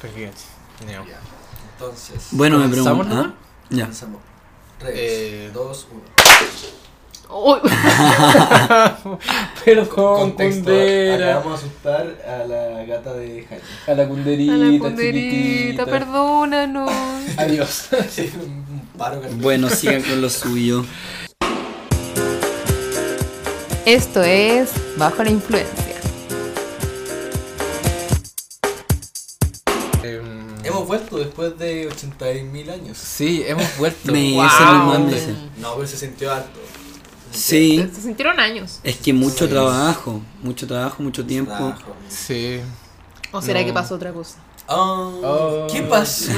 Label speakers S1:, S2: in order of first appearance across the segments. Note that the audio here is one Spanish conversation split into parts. S1: Pues bien, Neo.
S2: Ya. Entonces.
S3: Bueno, me
S1: ¿Comenzamos,
S3: pregunto.
S1: no?
S3: ¿ah? Ya.
S2: Comenzamos. 3,
S1: Eh,
S2: 2, 1.
S4: Uy,
S1: Pero con
S2: Contexto.
S1: Kundera.
S2: Acabamos de asustar a la gata de Jaime.
S1: A la Kunderita,
S4: a la ponderita,
S1: chiquitita.
S4: perdónanos.
S1: Adiós.
S2: Sí, un paro cardíaco.
S3: Bueno, sigan con lo suyo.
S4: Esto es Bajo la Influencia.
S1: Em,
S2: Hemos vuelto después de 80.000 años.
S1: Sí, hemos vuelto.
S3: Me
S1: Guau.
S3: ese no mames.
S2: No, pero se sintió harto.
S3: Sí,
S4: Se sintieron años.
S3: es que mucho
S2: Sí.
S3: trabajo, mucho trabajo, mucho tiempo.
S2: Trabajo.
S1: Sí.
S4: ¿O será
S1: No.
S4: que pasó otra cosa?
S2: Oh,
S1: Oh.
S2: ¿Qué pasó?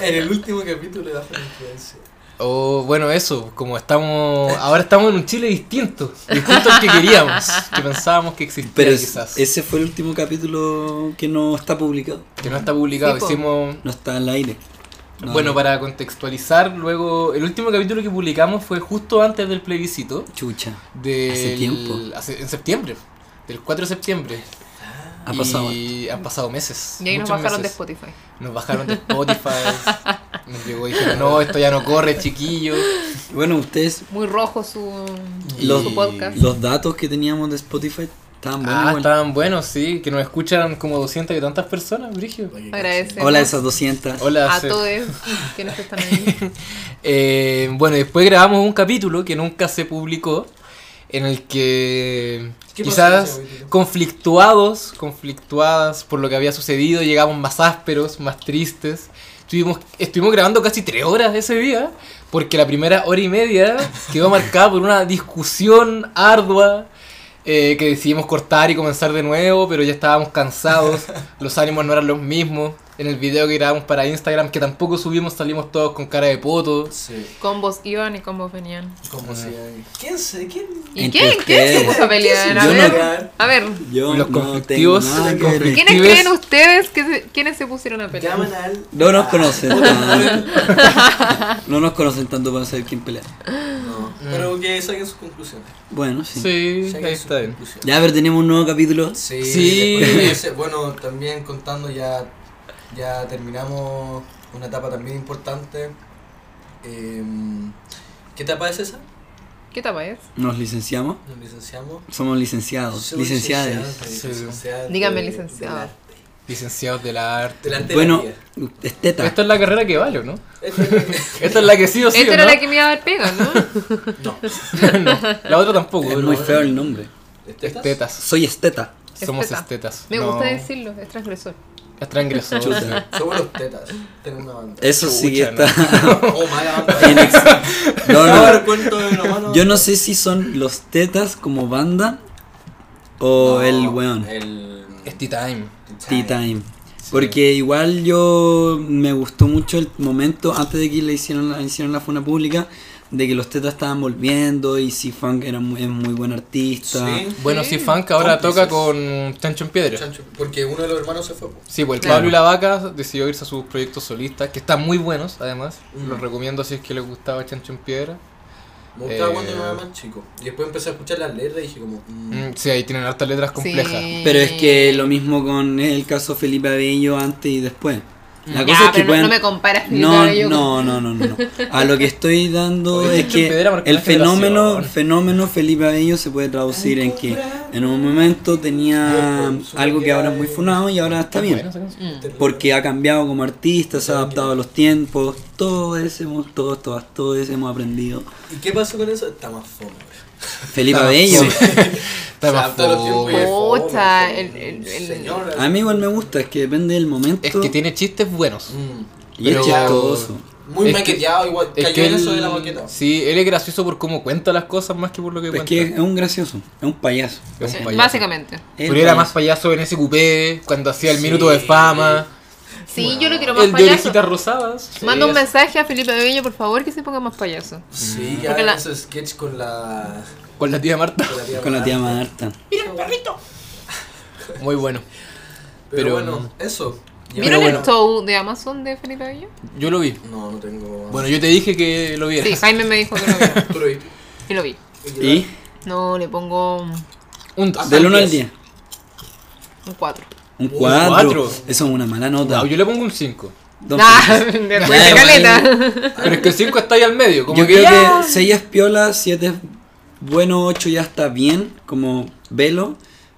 S2: en el último capítulo de Bajo la Influencia.
S1: O bueno, eso, como estamos. Ahora estamos en un Chile distinto. Distinto al que queríamos, que pensábamos que existía
S3: Pero es-
S1: quizás.
S3: ese fue el último capítulo que no está publicado,
S1: Que no está publicado.
S4: Sí, po.
S1: Hicimos.
S3: no está al aire. No,
S1: bueno,
S3: no.
S1: para contextualizar, luego. El último capítulo que publicamos fue justo antes del plebiscito.
S3: Chucha,
S1: Del,
S3: Hace tiempo.
S1: hace- en septiembre. Del 4 de septiembre.
S3: ha pasado.
S1: Y han pasado meses.
S4: Y ahí nos
S1: muchos
S4: bajaron de
S1: meses.
S4: Spotify.
S1: Nos bajaron de Spotify. nos llegó y dijeron, no, esto ya no corre, chiquillo.
S3: Bueno, ustedes,
S4: Muy rojo su,
S1: Y-
S3: Los-
S4: su podcast.
S3: los datos que teníamos de Spotify estaban buenos.
S1: Ah,
S3: igual.
S1: estaban buenos, sí. Que nos escuchan como 200 y tantas personas, Brigio.
S4: Agradece.
S3: Hola, esas 200.
S1: Hola,
S4: a
S1: Cef.
S4: todos quienes están ahí.
S1: Eh, bueno, después grabamos un capítulo que nunca se publicó, en el que
S2: ¿Qué pasó
S1: quizás
S2: ese capítulo?
S1: conflictuados, conflictuadas por lo que había sucedido, llegamos más ásperos, más tristes. Estuvimos, estuvimos grabando casi tres horas ese día, porque la primera hora y media quedó marcada por una discusión ardua. eh, que decidimos cortar y comenzar de nuevo, pero ya estábamos cansados, los ánimos no eran los mismos. En el video que grabamos para Instagram, que tampoco subimos, salimos todos con cara de poto.
S2: Sí.
S4: Combos iban y combos venían.
S1: Ah.
S2: ¿Cómo se llama? ¿Quién se? ¿Quién?
S4: ¿Y
S3: Entre
S4: quién, quién se
S3: ustedes.
S4: puso a pelear? A
S3: Yo no-
S4: ver, a ver.
S3: Yo
S1: Los
S3: no
S1: conflictivos.
S3: tengo nada que ver.
S1: Conflictivos.
S4: ¿Quiénes
S1: ¿Ves?
S4: creen ustedes que se- quiénes se pusieron a pelear?
S2: Llaman al.
S3: No nos conocen tanto. No nos conocen tanto para saber quién pelea.
S2: No. Pero que saquen sus conclusiones.
S3: Bueno, Mm. sí.
S1: Sí,
S2: Saquen
S1: ahí
S2: sus
S1: está bien.
S2: conclusiones.
S3: Ya, a ver, tenemos un nuevo capítulo.
S2: Sí,
S1: Sí.
S2: después de ese- bueno, también contando ya, ya terminamos una etapa también importante. Em, ¿Qué etapa es esa?
S4: ¿Qué etapa es?
S3: Nos licenciamos.
S2: Nos licenciamos.
S3: Somos licenciados.
S2: Somos
S3: Licenciadas.
S1: Sí.
S2: licenciadas
S4: Dígame
S2: de-
S4: licenciado.
S2: del arte,
S1: Licenciados del arte.
S2: Del arte
S3: Bueno,
S2: de la vida.
S3: es teta.
S1: Esta es la carrera que vale, ¿o ¿no?
S2: Este es
S1: Esta es la que sí o sí,
S4: Esta
S1: ¿o
S4: era
S1: ¿no?
S4: la que me iba a dar pega, ¿no?
S2: el- No,
S1: No, la otra tampoco.
S3: Es
S1: pero
S3: muy
S1: bueno. ¿eh?
S3: feo el nombre.
S2: ¿Estetas?
S1: Estetas.
S3: Soy esteta.
S1: Somos
S4: Esteta.
S1: estetas.
S4: Me
S1: No,
S4: gusta decirlo, es transgresor.
S1: Es transgresor.
S3: Chuta.
S2: Somos los tetas. Tenemos una banda.
S3: Eso sí que
S1: Chucha, no.
S3: está.
S2: Oh, mala banda.
S3: No,
S2: Ahora
S3: no.
S2: cuento de una mano.
S3: Yo no sé si son los tetas como banda o
S2: No, eh,
S3: el weón.
S2: El.
S1: Es tea time.
S3: Tea time. Porque igual yo me gustó mucho el momento antes de que le hicieron la, hicieron la funa pública de que los tetas estaban volviendo y si Funk era muy, es muy buen artista.
S2: Sí.
S1: Bueno, si Funk ahora
S2: Cómplices.
S1: toca con Chancho en Piedra.
S2: Chancho, Porque uno de los hermanos se fue. po.
S1: Sí, pues el
S4: Claro.
S1: Pablo y la Vaca decidió irse a sus proyectos solistas, que están muy buenos, además.
S2: Mm.
S1: Los recomiendo si es que les gustaba Chancho en Piedra.
S2: Me gustaba
S1: Eh.
S2: cuando era más chico. Y después empecé a escuchar las letras y dije como... mm,
S1: Mm, sí, ahí tienen hartas letras complejas.
S4: Sí.
S3: Pero es que lo mismo con el caso Felipe Abello antes y después. La
S4: Mm. Ya,
S3: cosa es que
S4: pero no-
S3: pueden-
S4: no me comparas Felipe
S3: no,
S4: Abello
S3: no, no, no, no, no. A lo que estoy dando
S1: Oye,
S3: es
S1: Chancho Piedra
S3: que
S1: marcó
S3: el
S1: una generación.
S3: fenómeno, el fenómeno Felipe Abello se puede traducir en que en un momento tenía algo que ahora es muy funado y ahora está bien.
S1: Bueno, esa canción.
S4: Mm.
S3: Porque ha cambiado como artista, se ha adaptado a los tiempos, todo ese hemos, todos, todas, todos hemos aprendido.
S2: ¿Y qué pasó con eso? Está más fome.
S3: Felipe Abello.
S1: Está más fome.
S4: Puta, el- el- el-
S2: Señora.
S3: A mí igual me gusta, es que depende del momento.
S1: Es que tiene chistes buenos.
S2: Mm.
S3: y es
S1: pero-
S3: chistoso.
S2: Muy
S1: Es que-
S2: maqueteado igual.
S1: Es
S2: cayó
S1: que
S2: en eso
S1: él-
S2: de la maqueta.
S1: Sí, él es gracioso por cómo cuenta las cosas más que por lo que
S3: Es
S1: cuenta.
S3: que es un gracioso, es un payaso.
S1: Es un payaso.
S4: Básicamente.
S3: Es
S1: Pero era
S3: payaso.
S1: más payaso en ese coupé, cuando hacía el
S2: Sí.
S1: minuto de fama,
S4: Sí, yo lo quiero más
S1: el de
S4: payaso.
S1: orejitas rosadas.
S4: Manda un
S1: Eso.
S4: mensaje a Felipe Bello, por favor, que se ponga más payaso.
S2: Sí, ya
S4: Porque
S2: en
S4: la-
S2: esos sketch con la...
S1: Con la tía Marta.
S2: Con la tía.
S3: Con la tía
S2: Marta.
S3: Marta.
S1: Muy bueno.
S2: Pero
S1: Pero-
S2: bueno, eso. Y
S4: ¿Vieron
S2: ahora,
S4: el show de Amazon de Felipe Bello?
S1: Yo lo vi.
S2: bueno, No, no tengo...
S1: Bueno, yo te dije que lo vieras.
S4: Sí, Jaime me dijo que lo
S2: Tú
S4: vio.
S2: lo viste.
S4: Y lo vi.
S3: ¿Y?
S4: No, le pongo un
S1: Un dos.
S3: Del 1 al 10.
S4: 4.
S3: Un
S1: Un
S3: 4.
S1: cuatro.
S3: Eso es una mala nota.
S1: No, yo le pongo un 5.
S3: Don
S4: Ah,
S3: Felipe.
S4: de
S3: Ya,
S4: repente caleta.
S1: Pero es que el 5 está ahí al medio. Como
S3: Yo
S1: que
S3: creo
S1: ya-
S3: que 6 es piola, 7 es bueno, 8 ya está bien, como velo.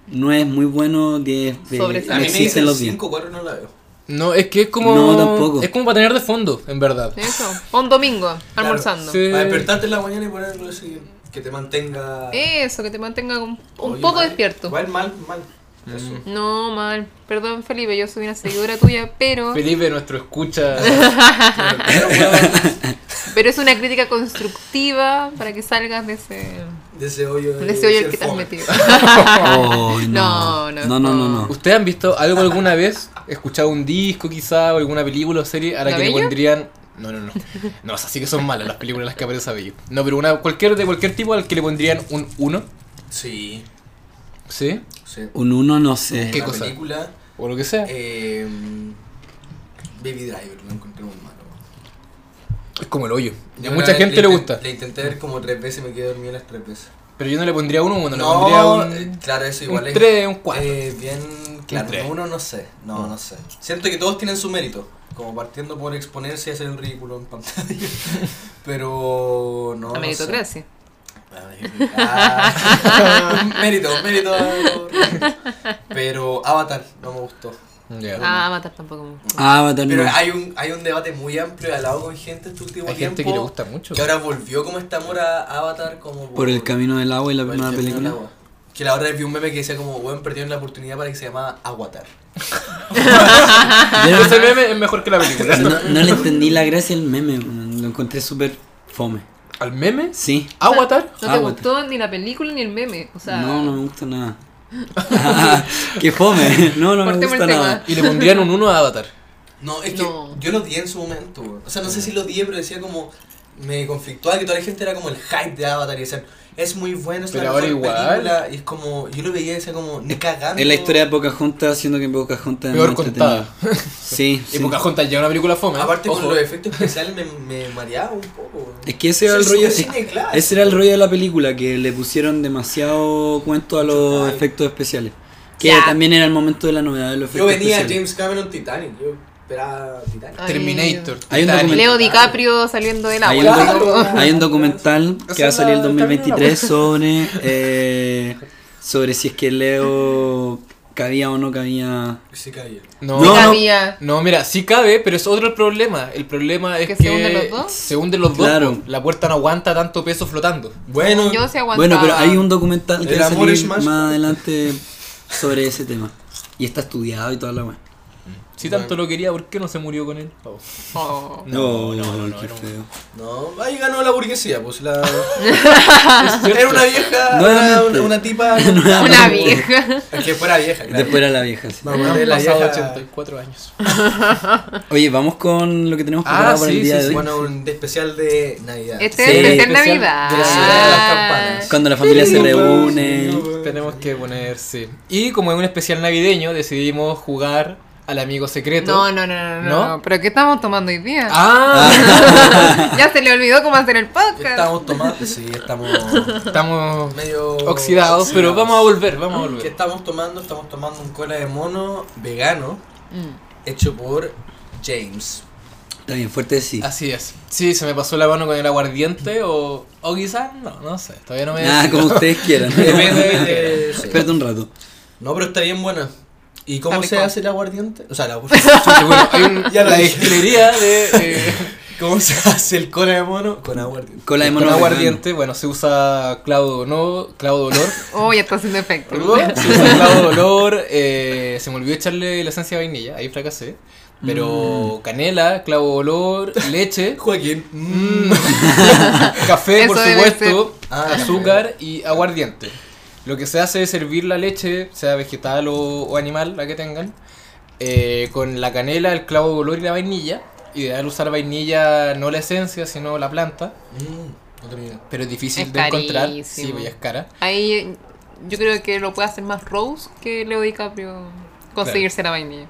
S3: 9 es muy bueno, 10 eh,
S4: Sobresale.
S2: A mí me
S3: me existen
S2: dicen
S3: los 10.
S2: 5 4 no la veo.
S1: No, es que es como.
S3: No, tampoco.
S1: Es como para tener de fondo, en verdad.
S4: Eso, pa' un domingo,
S2: Claro,
S4: almorzando.
S1: sí.
S2: Para despertarte en la mañana y ponerlo así, que te mantenga...
S4: Eso, que te mantenga un, Eh, un
S2: Oye,
S4: poco
S2: mal.
S4: despierto.
S2: Igual mal, mal.
S1: Mm.
S2: Eso.
S4: No, mal. Perdón, Felipe, yo soy una seguidora tuya, pero.
S1: Felipe, nuestro escucha.
S2: Pero, weón,
S4: Pero es una crítica constructiva para que salgas de ese.
S2: de ese hoyo...
S4: de ese hoyo al
S2: ser
S4: que te has
S2: fome.
S4: metido.
S3: Oh, no.
S4: No,
S3: no,
S4: no,
S3: no, no, no.
S1: ¿Ustedes han visto algo alguna vez? ¿Escuchado un disco quizá o alguna película o serie a la
S4: ¿La
S1: que le
S4: Bello?
S1: pondrían... No, no, no. No, o sea, sí que son malas las películas en las que aparece Bello. No, pero una cualquier de cualquier tipo al que le pondrían un 1.
S2: Sí,
S1: ¿Sí?
S2: sí.
S3: Un 1 no
S1: ¿Qué
S3: sé.
S2: Una
S1: cosa?
S2: película...
S1: O lo que sea.
S2: Eh, Baby Driver, lo encontré muy malo.
S1: Es como el hoyo. Y
S2: Yo
S1: a
S2: una
S1: mucha
S2: vez
S1: gente
S2: le
S1: le
S2: inten-
S1: gusta.
S2: Le intenté ver como tres veces y me quedé dormido las tres veces.
S1: Pero yo no le pondría un 1, no,
S2: No,
S1: le pondría
S2: eh,
S1: un...
S2: claro, eso
S1: un
S2: igual es.
S1: tres, un cuatro.
S2: eh, bien, claro,
S1: tres. Mm.
S2: uno no sé, no, no sé. Siento que todos tienen su mérito, como partiendo por exponerse y hacer el ridículo en pantalla. Pero no. no
S4: La
S2: sé.
S4: meritocracia.
S2: Ah, mérito, mérito. Pero Avatar no me gustó.
S1: Ya.
S4: Ah, matar tampoco. me gusta.
S3: Avatar
S2: Pero
S3: no.
S2: hay un, hay un debate muy amplio y al lado con gente este último
S1: Hay
S2: tiempo.
S1: gente que le gusta mucho.
S2: Que ahora volvió como este amor a Avatar como
S3: Por el camino del agua y la
S2: por el
S3: primera
S2: camino
S3: película.
S2: del agua. Que la otra vez vi un meme que decía como, weón, perdieron la oportunidad para que se llamaba Avatar.
S3: Yo
S1: Ese meme es mejor que la película.
S3: No, no le entendí la gracia al meme, weón. lo encontré súper fome.
S1: ¿Al meme?
S3: Sí.
S1: ¿Aguatar?
S4: No te
S3: Ah, bueno.
S4: gustó ni la película ni el meme. O sea,
S3: No, no me gusta nada. Ah, qué fome. No, no me
S4: Cortemos el
S3: gusta
S4: tema.
S3: nada.
S1: Y le pondrían un 1 a Avatar.
S2: No, es
S4: No.
S2: que yo lo di en su momento, weón. O sea,
S3: Ah.
S2: no sé si lo di, pero decía como, me conflictuaba que toda la gente era como el hype de Avatar y decían, es muy bueno, es
S1: Pero
S2: la
S1: ahora
S2: mejor
S1: igual.
S2: película. Y es como, yo lo veía y decía como, ni cagando.
S3: Es la historia de Pocahontas, siendo que Pocahontas es
S1: Peor
S3: más
S1: contada.
S3: entretenida. Sí,
S1: Y
S3: sí.
S1: Pocahontas ya una película fome. ¿eh?
S2: Aparte
S1: Ojo.
S2: con los efectos especiales me, me mareaba un poco, weón.
S3: Es que ese era
S2: Eso
S3: el
S2: es
S3: rollo.
S2: súper cine clásico.
S3: Ese era el rollo de la película, que le pusieron demasiado cuento a los efectos especiales. Que
S4: Ya.
S3: también era el momento de la novedad de los
S2: Yo
S3: efectos
S2: venía
S3: especiales.
S2: James Cameron Titanic, yo esperaba Titanic.
S4: Ay,
S1: Terminator.
S3: Hay un
S1: Titanic.
S4: Leo DiCaprio saliendo del
S3: Hay
S4: agua.
S3: un, docu-
S2: Claro.
S3: hay un documental que va a
S1: Esa
S3: salir el
S1: es la-
S3: 2023 sobre eh, sobre si es que Leo cabía o no cabía.
S2: Sí caía.
S1: No,
S3: No,
S1: no,
S4: Cabía.
S1: mira, sí cabe, pero es otro el problema. El problema es
S4: ¿Que
S1: que,
S4: se hunden los dos?
S1: se hunden los dos,
S3: Claro.
S1: po. La puerta no aguanta tanto peso flotando.
S2: Bueno,
S4: Yo se aguantaba.
S3: Bueno, pero hay un documental que
S2: El
S3: va a
S2: amor
S3: salir
S2: es
S3: más,
S2: más-
S3: adelante sobre ese tema. Y está estudiado y toda la weá.
S1: Si tanto lo quería, ¿por qué no se murió con él? Oh.
S4: Oh.
S3: No,
S1: No,
S3: no, no,
S1: no,
S3: qué
S1: era un-
S3: feo.
S2: No, ahí ganó la burguesía, pues la...
S1: Es cierto.
S2: Era una vieja, una,
S3: Nuevamente.
S2: una, una tipa...
S4: Una vieja.
S2: Que fuera vieja, claro.
S3: Después era la vieja. sí.
S2: Vamos a
S1: Han
S2: ver la
S1: pasado
S2: vieja...
S1: 84 años.
S3: Oye, vamos con lo que tenemos
S1: Ah,
S3: preparado para
S1: sí,
S3: el día
S1: sí,
S3: de hoy.
S2: Bueno, un de especial de Navidad.
S4: Este
S1: Sí,
S4: es el especial
S1: especial
S4: Navidad.
S1: de
S2: la ciudad de las campanas.
S3: Cuando la familia se
S4: pues,
S3: reúne.
S1: Pues Tenemos que poner, sí. Y como es un especial navideño, decidimos jugar al amigo secreto.
S4: No, no, no, no, no,
S1: ¿No?
S4: no. ¿Pero qué estamos tomando hoy día?
S1: Ah,
S4: ya se le olvidó cómo hacer el podcast.
S2: Estamos tomando... Sí, estamos
S1: estamos
S2: medio... Mm,
S1: oxidados, pero vamos a volver, vamos a
S2: ¿Qué
S1: volver.
S2: estamos tomando? Estamos tomando un cola de mono vegano
S4: Mm.
S2: hecho por James.
S3: Está bien, fuerte sí.
S1: Así es. Sí, se me pasó la mano con el aguardiente o, o quizás no, no sé. Todavía no me
S2: Ah,
S3: Nada, como ustedes quieran.
S2: Depende de... sí.
S3: Espérate un rato.
S2: No, pero está bien buena. ¿Y cómo
S4: Está
S2: se
S4: rico.
S2: hace el aguardiente? O sea, la...
S1: Chucha, bueno, hay un-
S2: Ya lo
S1: la
S2: dije.
S1: destilería de eh,
S2: ¿Cómo se hace el cola de mono con aguardiente?
S3: Cola de
S1: con
S3: mono
S1: aguardiente, bueno, se usa clavo no, clavo dolor.
S4: Oh, ya está haciendo efecto.
S1: se usa clavo dolor, eh, se me olvidó echarle la esencia de vainilla, ahí fracasé.
S4: Mm.
S1: Pero canela, clavo dolor, leche,
S2: Joaquín.
S1: mm, café
S4: Eso
S1: por
S4: debe
S1: supuesto,
S2: Ah,
S1: azúcar y aguardiente. Lo que se hace es servir la leche, sea vegetal o, o animal, la que tengan, eh, con la canela, el clavo de olor y la vainilla. Ideal usar vainilla, no la esencia, sino la planta,
S2: Mm, no tenía idea.
S1: pero es difícil
S4: Es
S1: de encontrar.
S4: carísimo.
S1: Sí, pues ya es cara.
S4: Ahí yo creo que lo puede hacer más Rose que Leo DiCaprio conseguirse la vainilla.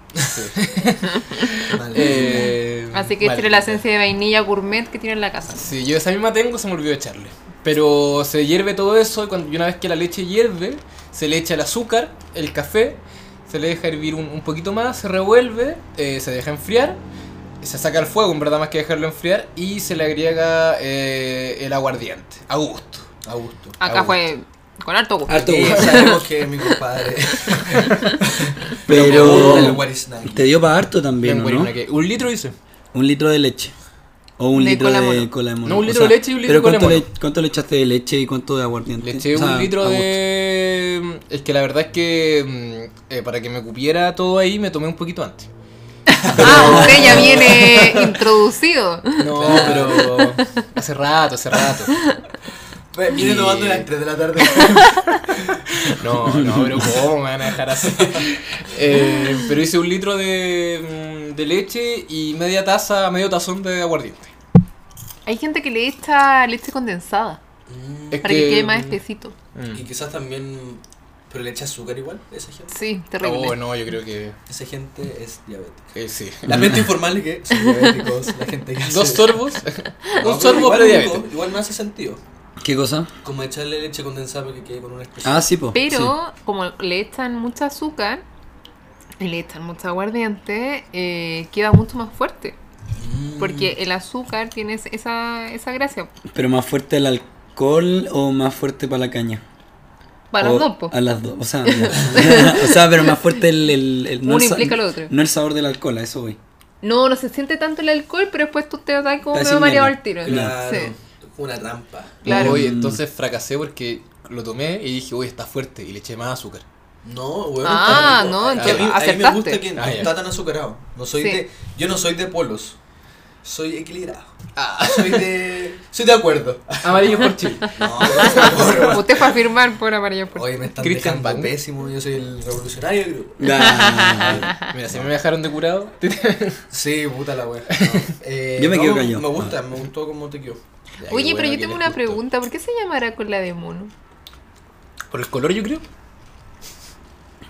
S2: Vale.
S1: Eh,
S4: Así que
S1: vale.
S4: échale la esencia de vainilla gourmet que tiene en la casa.
S1: Sí, yo esa misma tengo, se me olvidó echarle. Pero se hierve todo eso y, cuando, y una vez que la leche hierve, se le echa el azúcar, el café, se le deja hervir un, un poquito más, se revuelve, eh, se deja enfriar, se saca el fuego, en verdad, más que dejarlo enfriar, y se le agrega eh, el aguardiente, a gusto.
S2: A gusto.
S1: A
S4: Acá fue con harto gusto.
S3: Harto
S2: Aquí
S3: gusto.
S2: Eh, sabemos que es mi compadre. El
S3: Pero
S2: What is Nike.
S3: te dio para harto también,
S1: Bien,
S3: ¿o ¿no?
S1: buena que- Un litro dice.
S3: Un litro de leche. O un
S4: De
S3: litro
S4: cola
S3: de
S4: mono.
S3: cola de mono.
S1: No, un
S3: O
S1: litro de leche y un litro
S3: pero
S1: de cola de
S3: ¿cuánto
S1: mono.
S3: Le, ¿Cuánto le echaste de leche y cuánto de aguardiente?
S1: Le eché
S3: O sea,
S1: un litro
S3: a gusto.
S1: de... Es que la verdad es que mm, eh, para que me cupiera todo ahí me tomé un poquito antes.
S4: Ah, usted ya viene introducido.
S1: No, pero hace rato, hace rato.
S2: Ve, Viene
S1: Y-
S2: tomando a las 3 de la tarde.
S1: No, no, pero ¿cómo me van a dejar así? Eh, pero hice un litro de, mm, de leche y media taza, medio tazón de aguardiente.
S4: Hay gente que le echa leche condensada
S1: Es
S4: para que, quede más
S1: mm,
S4: espesito.
S1: mm.
S2: y quizás también. Pero le echa azúcar igual a esa gente.
S4: Sí, terrible.
S1: Oh, no, yo creo que
S2: Esa gente es diabética.
S1: eh, sí.
S2: Lamento informarle que son diabéticos. La gente que hace-
S1: Dos sorbos,
S2: No,
S1: un
S2: pero
S1: sorbo
S2: igual,
S1: prediabético.
S2: igual- Igual no hace sentido.
S3: ¿Qué cosa?
S2: Como echarle leche condensada para que quede con una especie.
S3: Ah, sí, pues.
S4: Pero como le echan mucho azúcar y le echan mucho aguardiente, eh, queda mucho más fuerte. Porque el azúcar tiene es- esa, esa gracia.
S3: Pero más fuerte el alcohol o más fuerte para la caña.
S4: Para
S3: O-
S4: los dos, po.
S3: A las dos, o sea, no. o sea, pero más fuerte el, el, el-
S4: Uno
S3: el sa-
S4: implica lo otro.
S3: No el sabor del alcohol, a eso voy.
S4: No, no se siente tanto el alcohol, pero después tú te das como
S3: Está
S4: medio
S3: sin
S4: mareado
S3: mierda.
S4: al tiro.
S2: Mm, Claro.
S4: Sí.
S2: Como una trampa.
S4: Claro.
S1: Oye, entonces fracasé porque lo tomé y dije, uy, está fuerte, y le eché más azúcar.
S2: No, weón.
S4: Ah,
S2: está rico.
S4: no,
S2: A mí-
S4: entonces
S2: a mí me
S4: acertaste.
S2: gusta que no
S1: Ah, ya.
S2: está tan azucarado. No soy
S4: Sí.
S2: de, yo no soy de polos. Soy equilibrado.
S1: Ah.
S2: Soy de. Soy de acuerdo.
S1: Amarillo por Chile.
S2: No, no, no, no.
S4: Usted fue a firmar por amarillo por
S2: Oye, me están
S1: Christian Bang.
S2: dejando pésimo. Yo soy el revolucionario del grupo.
S3: Ah,
S1: Mira, si me dejaron de curado,
S2: Sí, puta la wea. No. Eh,
S3: Yo me
S2: no,
S3: quedo callado.
S2: Me
S1: Ah.
S2: gusta, me gustó cómo te quedó.
S1: Ya, qué
S4: Oye,
S1: bueno
S4: pero
S1: que
S4: yo tengo
S1: les
S4: una
S1: gustó.
S4: pregunta. ¿Por qué se llamará cola de mono?
S1: Por el color, yo creo.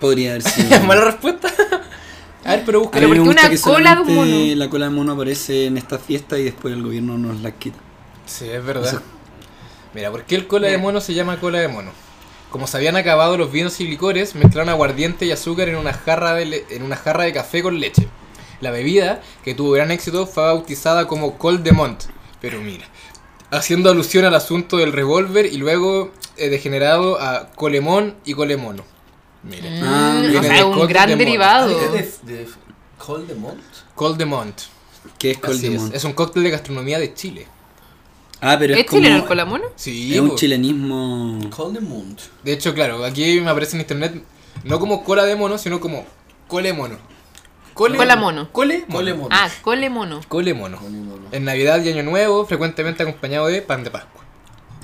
S3: podría haber sido.
S1: Mala respuesta. A ver, pero
S3: A
S1: busca.
S3: mí
S4: Pero
S3: me
S4: porque
S3: gusta
S4: una
S3: que
S4: cola de un
S3: solamente
S4: mono.
S3: La cola de mono aparece en esta fiesta y después el gobierno nos la quita.
S1: Sí, es verdad.
S3: Eso.
S1: Mira, ¿por qué el cola de
S4: Mira.
S1: mono se llama cola de mono? Como se habían acabado los vinos y licores, mezclaron aguardiente y azúcar en una jarra de, le- en una jarra de café con leche. La bebida, que tuvo gran éxito, fue bautizada como Col de Mont. Pero mira, haciendo alusión al asunto del revólver y luego eh, degenerado a Colemón y Colemono. Mira.
S3: Ah,
S4: Mm,
S3: mira.
S4: o
S1: Viene de
S4: sea, un
S1: Cote
S4: gran
S1: de mono.
S4: derivado.
S2: ¿Es de, de Col de Mont?
S1: Col de Mont.
S3: Que es
S1: Así es.
S3: Coldemont.
S1: Es un cóctel de gastronomía de Chile.
S3: Ah, pero es,
S4: ¿Es chileno el
S3: como-
S4: cola mono?
S1: Sí,
S3: Es un
S1: po.
S3: chilenismo.
S2: Col de Mont.
S1: De hecho, claro, aquí me aparece en internet no como cola de mono, sino como cole mono. Cole
S4: Cola mono.
S1: Cole mono.
S2: Col de Mont.
S4: Ah, cole mono.
S1: Cole mono.
S2: Col de mono.
S1: En Navidad y Año Nuevo, frecuentemente acompañado de pan de Pascua.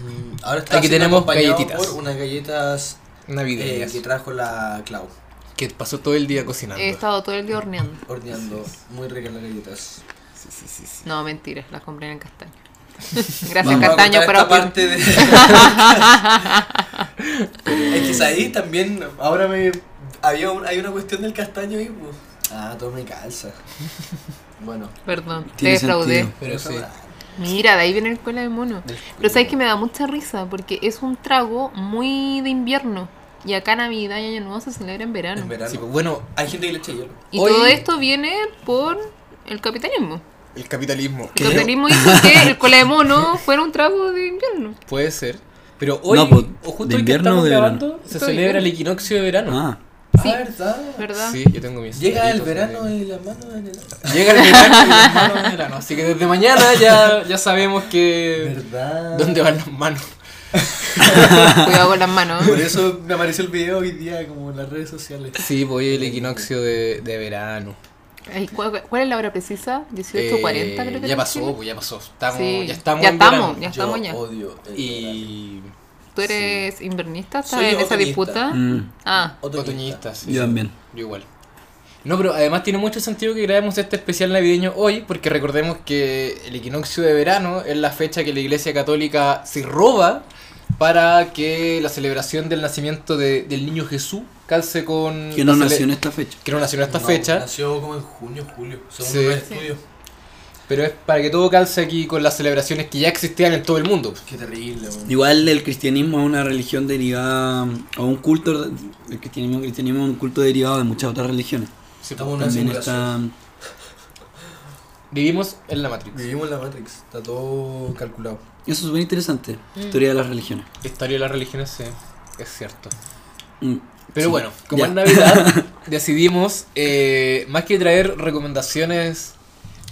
S2: Mm, Ahora está
S1: Aquí
S2: siendo
S1: tenemos
S2: acompañado
S1: galletitas.
S2: Por unas galletas eh,
S1: Navideñas.
S2: que trajo la Clau.
S1: que pasó todo el día cocinando.
S4: He estado todo el día horneando.
S2: Horneando. Muy ricas las galletas.
S1: Sí, sí, sí, sí.
S4: No, mentira, las compré en Castaño. Gracias,
S3: Vamos a
S4: Castaño,
S2: por
S4: por apoyar.
S2: parte de... es que ahí también, ahora me... Había un- hay una cuestión del castaño ahí, pues. Ah, todo me calza. Bueno.
S4: Perdón, te
S3: Tiene
S4: defraudé.
S3: sentido.
S1: Pero sí.
S4: Mira, de ahí viene el cola de mono. Pero sabes que me da mucha risa porque es un trago muy de invierno. Y acá Navidad y Año Nuevo se celebra en verano.
S2: En verano.
S1: Sí, pues, bueno,
S2: Hay gente que le echa hielo.
S4: Y
S1: Hoy-
S4: todo esto viene por el capitalismo.
S1: el capitalismo.
S4: El capitalismo hizo que el cola de mono fuera un trago de invierno.
S1: Puede ser. Pero hoy,
S3: No, pues,
S1: o
S3: de
S1: justo hoy que
S3: invierno
S1: estamos
S3: o de
S1: grabando, se
S4: Estoy
S1: celebra el
S4: bien.
S1: equinoccio de verano.
S3: Ah,
S4: Sí.
S2: Ah, ¿verdad?
S4: ¿Verdad?
S1: Sí, yo tengo mis.
S2: Llega el
S1: saluditos
S2: verano
S1: ahí.
S2: y las manos en el...
S1: Llega el verano y las manos en verano. Así que desde mañana ya, ya sabemos que.
S2: ¿Verdad?
S1: ¿Dónde van las manos?
S4: Cuidado con las manos.
S2: Por eso me apareció el video hoy día como en las redes sociales.
S1: Sí, voy el equinoccio de, de verano.
S4: Ay, ¿Cuál, cuál es la hora precisa? 18.40
S1: Eh,
S4: creo que
S1: Ya
S4: en
S1: pasó,
S4: Chile.
S1: pues ya pasó. Estamos,
S4: Sí,
S1: Ya estamos.
S4: ya
S1: en
S4: estamos,
S1: verano.
S4: Ya estamos
S2: Yo
S4: ya.
S2: odio el verano.
S1: Y.
S4: ¿Tú eres invernista? ¿Estás
S2: Soy
S4: en esa
S2: otoñista.
S4: disputa?
S3: mm,
S4: Ah,
S1: Otoñistas. sí,
S3: Yo
S1: sí.
S3: también.
S1: Yo igual. No, pero además tiene mucho sentido que grabemos este especial navideño hoy, porque recordemos que el equinoccio de verano es la fecha que la Iglesia Católica se roba para que la celebración del nacimiento de- del niño Jesús calce con.
S3: que no
S1: la cele-
S3: nació en esta fecha.
S1: que no nació en esta
S2: No,
S1: fecha.
S2: Nació como en junio, julio, según
S1: Sí.
S2: los estudios.
S1: Pero es para que todo calce aquí con las celebraciones que ya existían en todo el mundo.
S2: Qué terrible, weón.
S3: Igual el cristianismo es una religión derivada, o un culto, el cristianismo, el cristianismo es un culto derivado de muchas otras religiones.
S1: Sí,
S2: Estamos en una
S3: También
S2: simulación.
S3: está...
S1: Vivimos en la Matrix.
S2: Vivimos en la Matrix, está todo calculado.
S3: Eso es súper interesante, historia de las religiones.
S1: La historia de las religiones, sí, es cierto.
S3: Mm.
S1: Pero
S3: Sí.
S1: bueno, como
S3: Ya.
S1: es Navidad, decidimos, eh, más que traer recomendaciones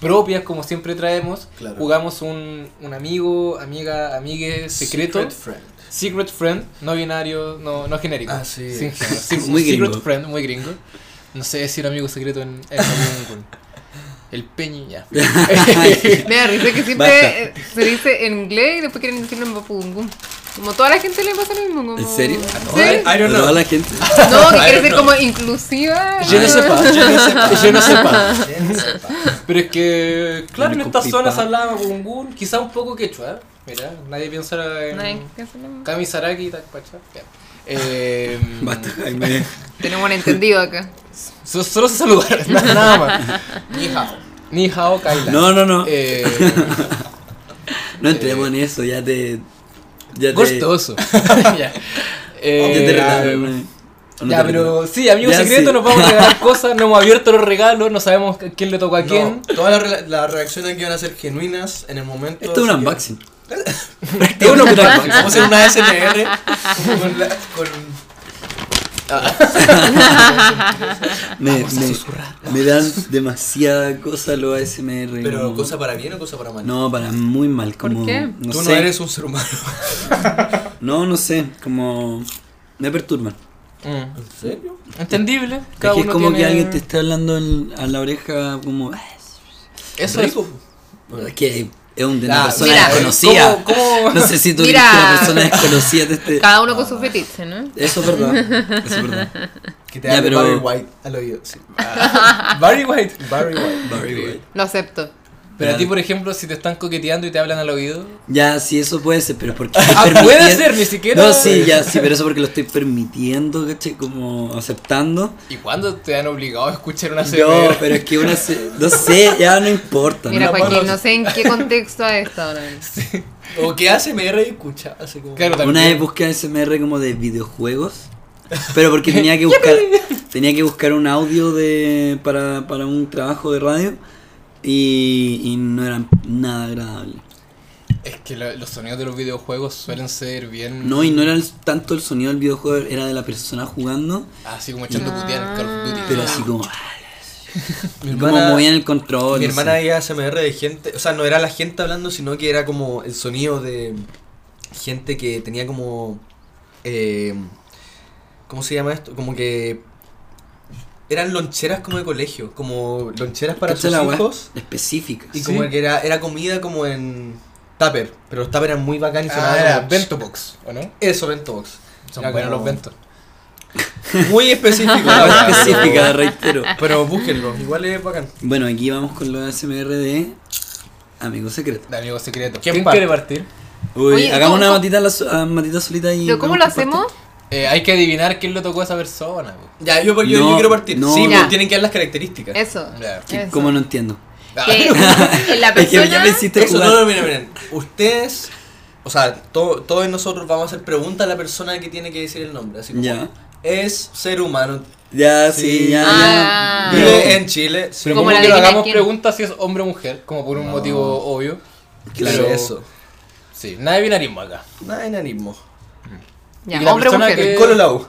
S1: propias, como siempre traemos,
S2: Claro.
S1: jugamos un, un amigo, amiga, amigue secreto.
S2: Secret friend.
S1: Secret friend, no binario, no, no genérico.
S2: Ah, sí.
S1: Sin género. Sí, un
S3: Muy
S1: secret
S3: gringo.
S1: friend, muy gringo. No sé decir amigo secreto en, en algún- El peñi, ya.
S4: Me da risa que
S3: Basta.
S4: siempre eh, se dice en inglés y después quieren decirlo en mapudungum. Como toda la gente le pasa lo mismo. Como...
S3: ¿En serio?
S4: Sí.
S1: I don't
S3: Pero
S1: know.
S3: a la gente. Ah.
S4: No, que quiere ser como inclusiva.
S1: Yo no sepa, yo no sepa, yo no sepa.
S2: ¿Quién sepa?
S1: Pero es que, claro, en
S3: Único
S1: estas
S3: pipa.
S1: zonas hablaba con un quizá un poco quechua, ¿eh? Mira, nadie piensa en
S4: Nadie quiere hacer lo mismo.
S1: Kami Saraki y Takpacha. Ya. Eh,
S3: Basta, Jaime.
S4: Tenemos un entendido acá.
S1: so- solo se saludaron, na- nada más.
S2: Ni hao.
S1: Ni Hao Kaila.
S3: No, no, no.
S1: Eh,
S3: no entremos en eso, ya te. Ya te.
S1: Gustoso. Ya.
S3: Ya te
S1: Eh,
S3: regalaron, eh. ¿O no
S1: ya,
S3: te
S1: pero sí, amigos
S3: Ya,
S1: secretos,
S3: sí.
S1: nos vamos a regalar cosas, no hemos abierto los regalos, no sabemos a quién le tocó a
S2: No,
S1: quién.
S2: todas las re- las reacciones que van a ser genuinas en el momento.
S3: Esto es un
S2: así que-
S3: unboxing.
S1: Es un unboxing.
S2: Vamos a hacer una SMR con la, con
S3: Me, me, me dan demasiada cosa los ASMR.
S2: pero
S3: no.
S2: cosa para bien o cosa para mal.
S3: No, para muy mal.
S4: ¿Por
S3: Como,
S4: qué?
S3: No
S2: Tú
S3: sé.
S2: no eres un ser humano.
S3: No, no sé. Como. Me perturban.
S1: Mm.
S2: ¿En serio?
S1: Entendible.
S3: Es
S1: Cada
S3: que es
S1: uno
S3: como que
S1: tiene-
S3: alguien te esté hablando en- a la oreja, como. "Ah, es-
S1: Eso es.
S3: bueno, es que es un- de
S1: Ah,
S3: una persona
S4: mira,
S3: desconocida.
S1: ¿cómo- cómo?
S3: No sé si tú
S4: Mira.
S3: eres una persona desconocida. Te esté-
S4: Cada uno con su fetiche, ¿no?
S3: Eso es verdad. Eso es verdad.
S2: Que te
S3: Ya,
S2: da
S3: pero-
S2: Barry White al oído. sí.
S1: Barry White.
S2: Barry White.
S4: Lo acepto.
S1: Pero a ti, por ejemplo, si te están coqueteando y te hablan al oído.
S3: Ya, sí, eso puede ser, pero porque.
S1: Ah, puede ser, ni siquiera.
S3: No, sí, ya, sí, pero eso porque lo estoy permitiendo, ¿cachai? Como aceptando.
S1: ¿Y cuándo te han obligado a escuchar una serie?
S3: No, pero es que una. se- No sé, ya no importa.
S4: Mira,
S3: ¿no?
S4: Joaquín,
S2: puedo-
S4: no sé en qué contexto ha estado ahora.
S2: O que ASMR y escucha. Hace como.
S1: Claro,
S3: Una vez
S1: también.
S3: busqué SMR como de videojuegos. Pero porque tenía que buscar. tenía que buscar un audio de. para, para un trabajo de radio. Y, y no era nada agradable.
S1: Es que lo- los sonidos de los videojuegos suelen ser bien.
S3: No, y no era el- tanto el sonido del videojuego, era de la persona jugando.
S1: Así como echando
S4: Ah.
S1: putear en Call of Duty.
S3: Pero así como.
S2: Mi
S3: y como
S2: hermana-
S3: movían el control.
S2: Oh, Mi
S3: no sé.
S2: hermana veía ASMR de gente, o sea, no era la gente hablando, sino que era como el sonido de gente que tenía como... eh, ¿Cómo se llama esto? Como que... Eran loncheras como de colegio, como loncheras para
S3: Cacha
S2: sus
S3: la weá
S2: hijos.
S3: específica.
S2: Y
S1: Sí.
S2: como que era, era comida como en tupper, pero los tupper eran muy bacán y
S1: Ah,
S2: sonaban
S1: era
S2: como-
S1: Bento Box, ¿o no?
S2: Eso, bento box.
S1: Son
S2: Era
S1: buenos los
S2: como
S1: Bento.
S2: Muy específico, la
S3: Una
S2: verdad,
S3: weá específica,
S2: pero-
S3: reitero.
S2: Pero búsquenlo, igual es bacán.
S3: Bueno, aquí vamos con lo de ASMR de Amigo Secreto.
S1: De amigos secretos.
S2: ¿Quién
S1: ¿Quién
S2: parte?
S1: quiere partir?
S3: Uy,
S4: Oye,
S3: hagamos
S4: ¿cómo-
S3: una
S4: cómo-
S3: matita, a la so- a matita solita y.
S4: ¿Pero cómo lo
S3: vamos por
S4: hacemos?
S1: Eh, hay que adivinar quién le tocó a esa persona. po.
S2: Ya, yo, yo, yo
S3: No,
S2: quiero partir.
S3: no,
S2: sí,
S4: Ya.
S2: pero tienen que dar las características.
S4: Eso.
S1: Ya.
S3: partes.
S4: Eso.
S3: ¿Cómo no entiendo?
S1: Ah,
S4: Que la
S3: Es que ya
S4: persona...
S3: me hiciste
S2: Eso,
S3: jugar.
S2: no, no, miren, miren. Ustedes, o sea, to- todos nosotros vamos a hacer preguntas a la persona que tiene que decir el nombre. Así como,
S3: Ya.
S2: es ser humano.
S3: Ya, sí,
S2: Sí.
S3: ya,
S4: Ah.
S3: ya.
S2: Vive
S3: Pero-
S2: en Chile.
S1: Pero
S4: Como
S1: como
S4: la
S1: que no
S4: adivina
S1: hagamos
S4: quién.
S1: preguntas si es hombre o mujer, como por un motivo obvio.
S2: Claro,
S1: Pero-
S2: eso.
S1: Sí, nada de binarismo acá.
S2: Nada de enanismo.
S1: Y
S4: Ya,
S1: la
S4: hombre o
S1: persona
S4: mujer.
S1: que- Eh,
S2: Colo la U.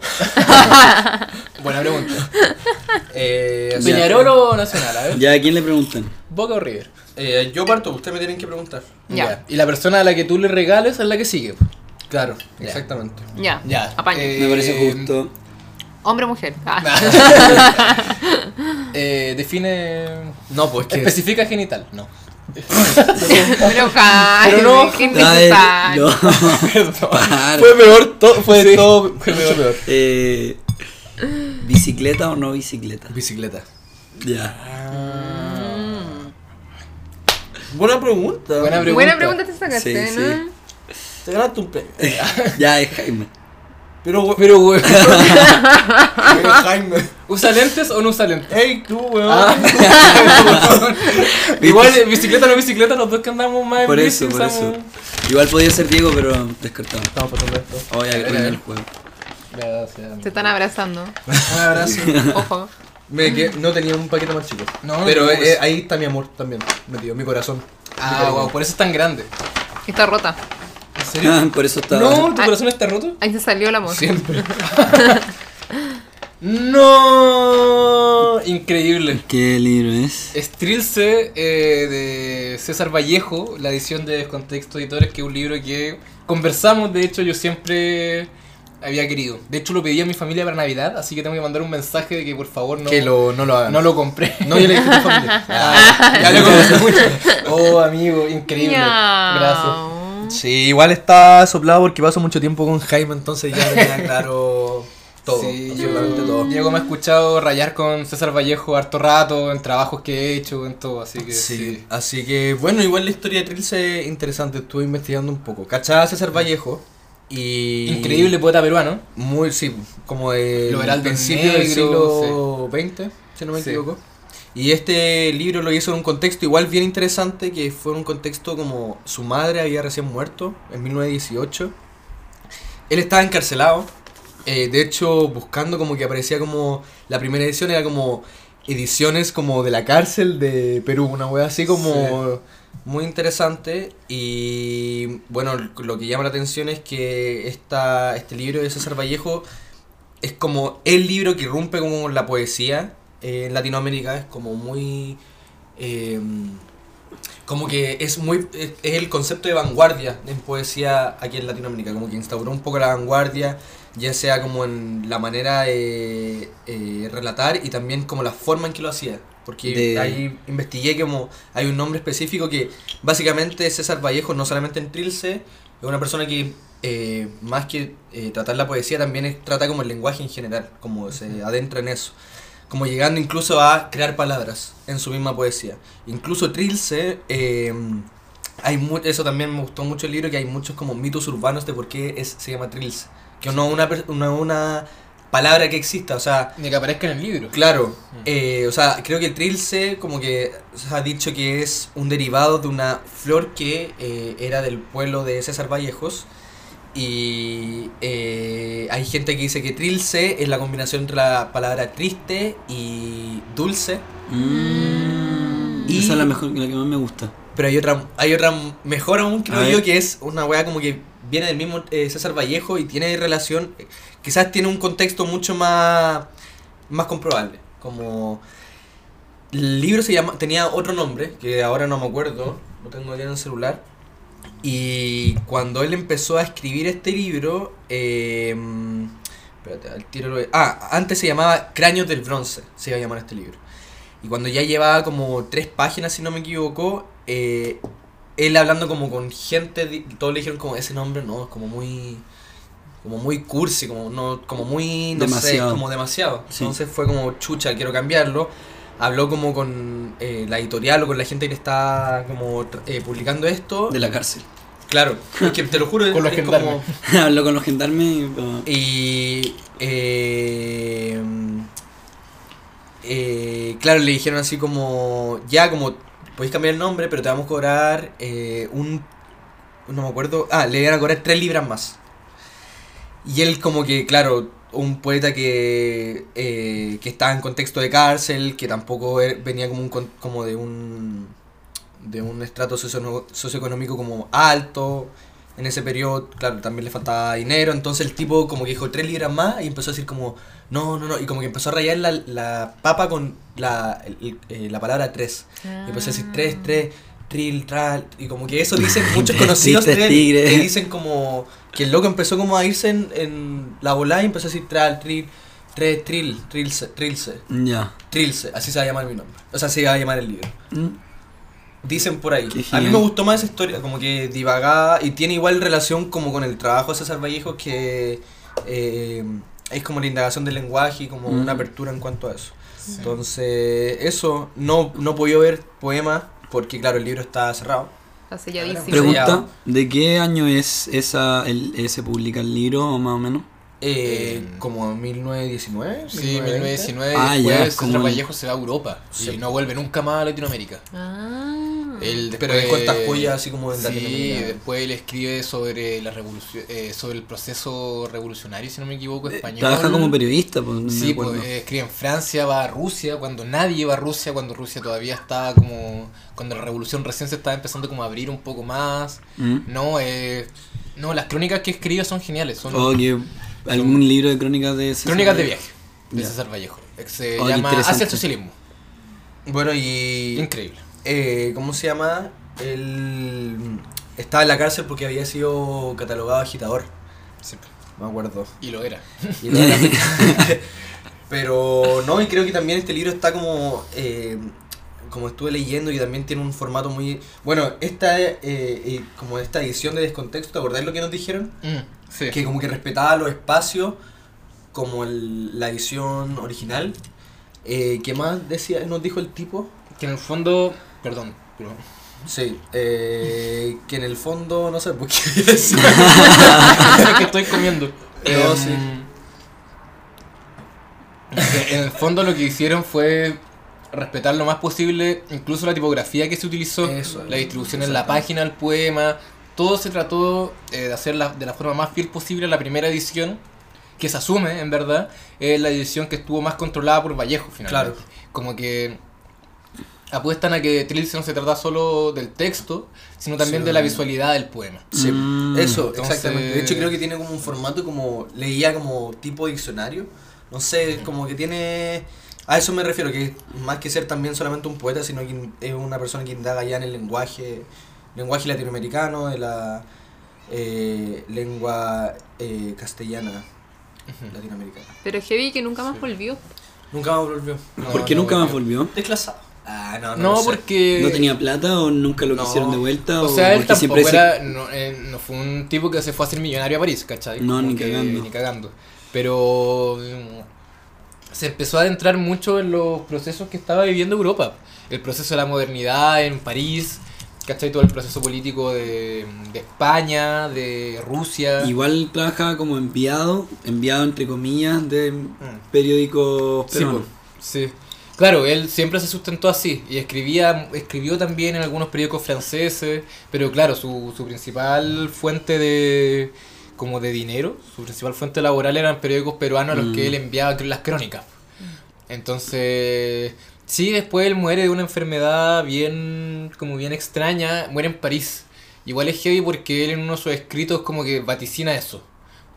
S1: Buena pregunta.
S2: Eh, así
S1: ¿Peñarol o Nacional? A ver.
S3: Ya, ¿a quién le preguntan?
S1: Boca o River.
S2: que, eh, yo parto, ustedes me tienen que preguntar.
S4: Ya.
S1: Y la persona a la que tú le regales es la que sigue.
S2: Claro,
S1: Ya.
S2: exactamente.
S4: Ya,
S1: Ya.
S4: apaño.
S1: eh,
S3: Me parece justo.
S4: Hombre o mujer. Ah.
S1: Eh, define.
S2: No, pues que.
S1: Especifica genital. No.
S4: Pero Jaime,
S1: Pero no.
S4: ¿qué
S3: Ay,
S4: necesario?
S3: Ah, no.
S1: Perdón.
S3: Para.
S2: peor, todo, fue
S1: Sí.
S2: todo, fue mucho peor.
S3: Eh, ¿Bicicleta o no bicicleta?
S2: Bicicleta.
S3: Ya.
S2: Buena pregunta.
S1: Buena pregunta.
S4: Buena pregunta te sacaste,
S3: Sí, sí.
S4: ¿no?
S2: Te ganaste un premio.
S3: Ya, es Jaime.
S2: Pero, we-
S1: Pero, weón,
S2: pero Eh, Jaime.
S1: ¿usa lentes o no usa lentes?
S2: Ey, tú, weón.
S1: Igual, eh, bicicleta o no bicicleta, los dos que andamos más
S3: Por
S1: en
S3: eso,
S1: bici
S3: por
S1: usamos-
S3: eso. Igual podía ser Diego, pero descartado.
S2: Estamos pasando esto.
S3: Hoy a
S1: Era él.
S3: el juego.
S1: Gracias.
S4: Te están abrazando.
S2: Un abrazo.
S4: Ojo.
S2: Me quedé- no tenía un paquete más chico.
S1: No, no
S2: pero
S1: te
S2: eh,
S1: preocupes.
S2: eh, ahí está mi amor también metido, mi corazón.
S1: Ah, wow, por eso es tan grande.
S4: Está rota.
S1: ¿En serio?
S2: Ah,
S3: Ah, Por eso estaba.
S1: No, ¿tu corazón está roto?
S4: Ahí se salió el amor.
S2: Siempre.
S1: No, increíble.
S3: ¿Qué libro es?
S1: Estrilce eh, de César Vallejo, la edición de Descontexto Editores, que es un libro que conversamos, de hecho yo siempre había querido. De hecho lo pedí a mi familia para Navidad, así que tengo que mandar un mensaje de que por favor no
S2: Que lo, no lo hagan.
S1: no lo compré.
S2: No, yo le dije a tu familia.
S1: Ah, ya lo conocí mucho. Oh, amigo, increíble.
S4: Miau.
S1: Gracias.
S2: Sí, igual está soplado porque paso mucho tiempo con Jaime, entonces ya me queda claro todo.
S1: Sí,
S2: absolutamente
S1: yo,
S2: todo.
S1: Diego me ha escuchado rayar con César Vallejo harto rato, en trabajos que he hecho, en todo, así que
S2: Sí,
S1: sí.
S2: así que bueno, igual la historia de Trilce es interesante, estuve investigando un poco. Cachaba a César Vallejo y...
S1: Increíble poeta peruano.
S2: Muy, sí, como de
S1: Los heraldos
S2: principio del siglo
S1: negros,
S2: XX, si no me
S1: Sí.
S2: equivoco. Y este libro lo hizo en un contexto igual bien interesante, que fue un contexto como su madre había recién muerto en 1918. Él estaba encarcelado, eh, de hecho buscando como que aparecía como, la primera edición era como ediciones como de la cárcel de Perú, una wea así como muy interesante y bueno, lo que llama la atención es que esta, este libro de César Vallejo es como el libro que irrumpe como la poesía eh, en Latinoamérica, es como muy... eh, como que es muy es, es el concepto de vanguardia en poesía aquí en Latinoamérica, como que instauró un poco la vanguardia, ya sea como en la manera de eh, relatar y también como la forma en que lo hacía. Porque
S3: De-
S2: ahí investigué como hay un nombre específico que básicamente César Vallejo, no solamente en Trilce, es una persona que eh, más que eh, tratar la poesía también es- trata como el lenguaje en general, como se adentra en eso como llegando incluso a crear palabras en su misma poesía. Incluso Trilce, eh, hay mu- eso también me gustó mucho el libro, que hay muchos como mitos urbanos de por qué es, se llama Trilce. Que no una, per- no una palabra que exista, o sea,
S1: Ni que aparezca en el libro.
S2: claro, eh, o sea, creo que Trilce como que se ha dicho que es un derivado de una flor que eh, era del pueblo de César Vallejos. Y eh, hay gente que dice que trilce es la combinación entre la palabra triste y dulce.
S3: Mm,
S2: Y-
S3: Esa es la mejor, la que más me gusta.
S2: Pero hay otra, hay otra mejor aún, creo
S3: A
S2: yo,
S3: ver.
S2: que es una wea como que viene del mismo eh, César Vallejo y tiene relación, eh, quizás tiene un contexto mucho más, más comprobable. Como el libro se llama, tenía otro nombre, que ahora no me acuerdo, lo tengo aquí en el celular. Y cuando él empezó a escribir este libro, eh, espérate, al tiro lo- Ah, antes se llamaba Cráneos del Bronce, se iba a llamar este libro. Y cuando ya llevaba como tres páginas, si no me equivoco, eh, él hablando como con gente, di- todos le dijeron como ese nombre, no, es como muy como muy cursi, como no como muy no
S3: Demasiado.
S2: sé, como demasiado.
S3: Sí.
S2: Entonces fue como chucha, quiero cambiarlo. Habló como con eh, la editorial o con la gente que le está como tra- eh, publicando esto.
S3: De la cárcel.
S2: Claro, es que te lo juro, es-
S1: Con los
S2: es como-
S1: gendarmes.
S3: Hablo con los gendarmes y. ah, pa-
S2: y. eh, eh, claro, le dijeron así como. Ya, como. Podéis cambiar el nombre, pero te vamos a cobrar eh, un. No me acuerdo. Ah, le iban a cobrar tres libras más. Y él, como que, claro, un poeta que. eh, que estaba en contexto de cárcel, que tampoco er- venía como, un, con- como de un. de un estrato socio- socioeconómico como alto en ese periodo, claro, también le faltaba dinero, entonces el tipo como que dijo tres libras más y empezó a decir como, no, no, no, y como que empezó a rayar la, la papa con la, el- el- eh, la palabra tres. Y
S3: pues
S2: empezó a decir tres,
S3: Ah.
S2: tres, tril, tral, y como que eso dicen muchos conocidos de
S3: Tristes
S2: él,
S3: tigres.
S2: que dicen como, que el loco empezó como a irse en, en la volada y empezó a decir tral, tril, tres, tril, trilce, trilce,
S3: Ya.
S2: trilce, así se va a llamar mi nombre, o sea, así se va a llamar el libro.
S3: Mm,
S2: Dicen por ahí. A
S3: Qué
S2: mí
S3: genial.
S2: me gustó más esa historia, como que divagada y tiene igual relación como con el trabajo de César Vallejo que eh, es como la indagación del lenguaje y como
S3: Mm.
S2: una apertura en cuanto a eso. Entonces, eso, no, no podía ver poemas porque claro, el libro está cerrado.
S4: Está
S3: pues
S4: selladísimo.
S2: Pero-
S3: Pregunta: ¿de qué año es esa el, ese publica el libro, o más o menos?
S2: Eh,
S1: En-
S2: como 1919.
S1: Sí,
S2: 1919.
S1: 1919
S3: Ah,
S1: y
S3: ya,
S1: después
S3: como
S1: César
S3: el-
S1: Vallejo se va a Europa
S2: Sí. Mm.
S1: y no vuelve nunca más a Latinoamérica.
S4: Ah.
S1: Él
S2: Pero dejó
S1: después-
S2: estas joyas así como en
S1: eh, Sí,
S2: Latinoamérica.
S1: después él escribe sobre la revolución, eh, sobre el proceso revolucionario, si no me equivoco, español.
S3: Eh, Trabaja como periodista, pues, no me
S1: Sí,
S3: acuerdo.
S1: pues, eh, escribe en Francia, va a Rusia, cuando nadie va a Rusia, cuando Rusia todavía estaba como, cuando la revolución recién se estaba empezando como a abrir un poco más.
S3: ¿Mm?
S1: No, eh, no, las crónicas que escribe son geniales, son
S3: O que algún libro de crónicas de César
S1: crónicas de
S3: Vallejo.
S1: viaje de
S3: Ya.
S1: César Vallejo. Se
S3: Oh, qué
S1: llama Hacia el
S3: interesante.
S1: socialismo.
S2: Bueno, y.
S1: Increíble.
S2: eh, ¿Cómo se llama? Él estaba en la cárcel porque había sido catalogado agitador.
S1: Siempre.
S2: Me acuerdo.
S1: Y lo era.
S2: Y no era- Pero no, y creo que también este libro está como. eh, como estuve leyendo y también tiene un formato muy. Bueno, esta eh, eh, como esta edición de descontexto, ¿te acordás lo que nos dijeron?
S1: Mm, sí.
S2: Que como que respetaba los espacios como el- la edición original. Eh, ¿Qué más decía, nos dijo el tipo?
S1: Que en el fondo, perdón, pero
S2: Sí, eh, que en el fondo, no sé, porque
S1: que estoy comiendo. Em,
S2: No, sí.
S1: En el fondo lo que hicieron fue respetar lo más posible, incluso la tipografía que se utilizó,
S2: Eso,
S1: la distribución en la
S2: exactamente.
S1: página, el poema, todo se trató eh, de hacer la- de la forma más fiel posible a la primera edición, que se asume, en verdad, es la edición que estuvo más controlada por Vallejo, finalmente.
S2: Claro.
S1: Como que apuestan a que Trilce no se trata solo del texto, sino también
S2: Sí.
S1: de la visualidad del poema.
S2: Sí,
S3: Mm.
S2: eso,
S1: Entonces-
S2: exactamente. De hecho, creo que tiene como un formato como. Leía como tipo diccionario. No sé, como que tiene. A eso me refiero, que más que ser también solamente un poeta, sino que es una persona que indaga ya en el lenguaje, lenguaje latinoamericano, de la eh, lengua eh, castellana latinoamericana.
S4: Pero Heavy que nunca más volvió.
S2: Nunca más volvió. No,
S3: ¿Por qué
S2: no
S3: nunca más
S1: volvió.
S3: volvió?
S2: Desclasado. Ah, no, no.
S1: No,
S2: lo sé.
S1: porque...
S3: ¿No tenía plata o nunca lo
S2: No.
S3: quisieron de vuelta?
S1: Eh, O sea, él
S3: porque
S1: tampoco
S3: siempre se-
S1: era, no, eh, no fue un tipo que se fue a hacer millonario a París, ¿cachai?
S3: No,
S1: Como
S3: ni
S1: que-
S3: cagando.
S1: Ni cagando. Pero mm, se empezó a adentrar mucho en los procesos que estaba viviendo Europa. El proceso de la modernidad en París, ¿cachai? Todo el proceso político de, de España, de Rusia.
S3: Igual trabajaba como enviado, enviado entre comillas, de periódicos
S1: Mm. Sí, pues.
S3: peruanos.
S1: po, sí. Claro, él siempre se sustentó así y escribía, escribió también en algunos periódicos franceses, pero claro, su, su principal fuente de como de dinero, su principal fuente laboral eran periódicos peruanos a los
S3: Mm.
S1: que él enviaba cr- las crónicas. Entonces, sí, después él muere de una enfermedad bien como bien extraña, muere en París. Igual es heavy porque él en uno de sus escritos como que vaticina eso.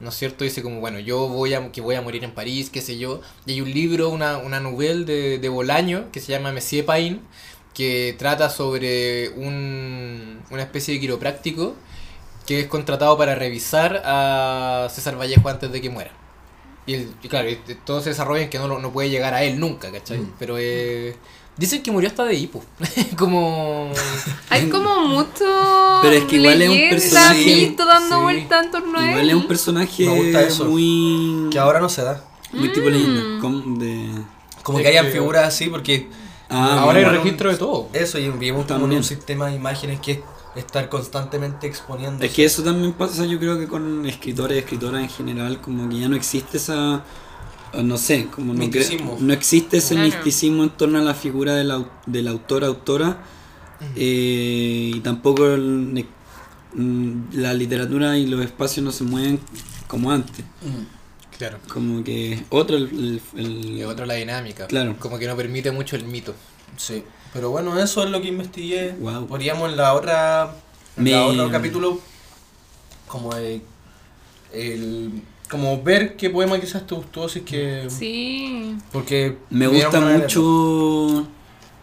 S1: ¿no es cierto? Dice como, bueno, yo voy a, que voy a morir en París, qué sé yo. Y hay un libro, una, una novela de, de Bolaño que se llama Messier Pain, que trata sobre un, una especie de quiropráctico que es contratado para revisar a César Vallejo antes de que muera. Y, el- y claro, y todo se desarrolla en que no, lo- no puede llegar a él nunca, ¿cachai?
S2: Mm.
S1: Pero eh, dicen que murió hasta de hipo. como...
S4: Hay como mucho.
S3: Pero es que igual es un
S4: leyenda,
S3: personaje-
S4: mito dando
S1: Sí.
S4: vuelta en torno a
S3: Igual
S4: él.
S3: es un personaje
S2: Me gusta eso.
S3: muy.
S2: Que ahora no se da.
S3: Muy tipo leyenda. como de-
S2: Como
S1: Es
S2: que hayan
S1: que-
S2: figuras así, porque
S3: Ah,
S1: Ahora hay
S2: bueno.
S1: registro de todo.
S2: Eso, y vivimos como en
S3: También.
S2: un sistema de imágenes que es estar constantemente exponiendo.
S3: Es que eso también pasa, yo creo que con escritores y escritoras en general, como que ya no existe esa. o No sé, como no, cre-
S2: Misticismo.
S3: no existe ese
S4: Claro.
S3: misticismo en torno a la figura del, au- del autor, autora. eh, y tampoco el- mm, la literatura y los espacios no se mueven como antes.
S1: Claro.
S3: Como que es otro el. el- el-
S1: Y otra la dinámica.
S3: Claro.
S1: Como que no permite mucho el mito.
S2: Sí, pero bueno, eso es lo que investigué.
S3: Guau.
S2: Podríamos en la otra. En la
S3: Me-
S2: otro capítulo. Como de. El, como ver qué poema quizás te gustó, si es que.
S4: Sí.
S2: Porque.
S3: Me
S2: tuvieron
S3: gusta
S2: una gana.
S3: mucho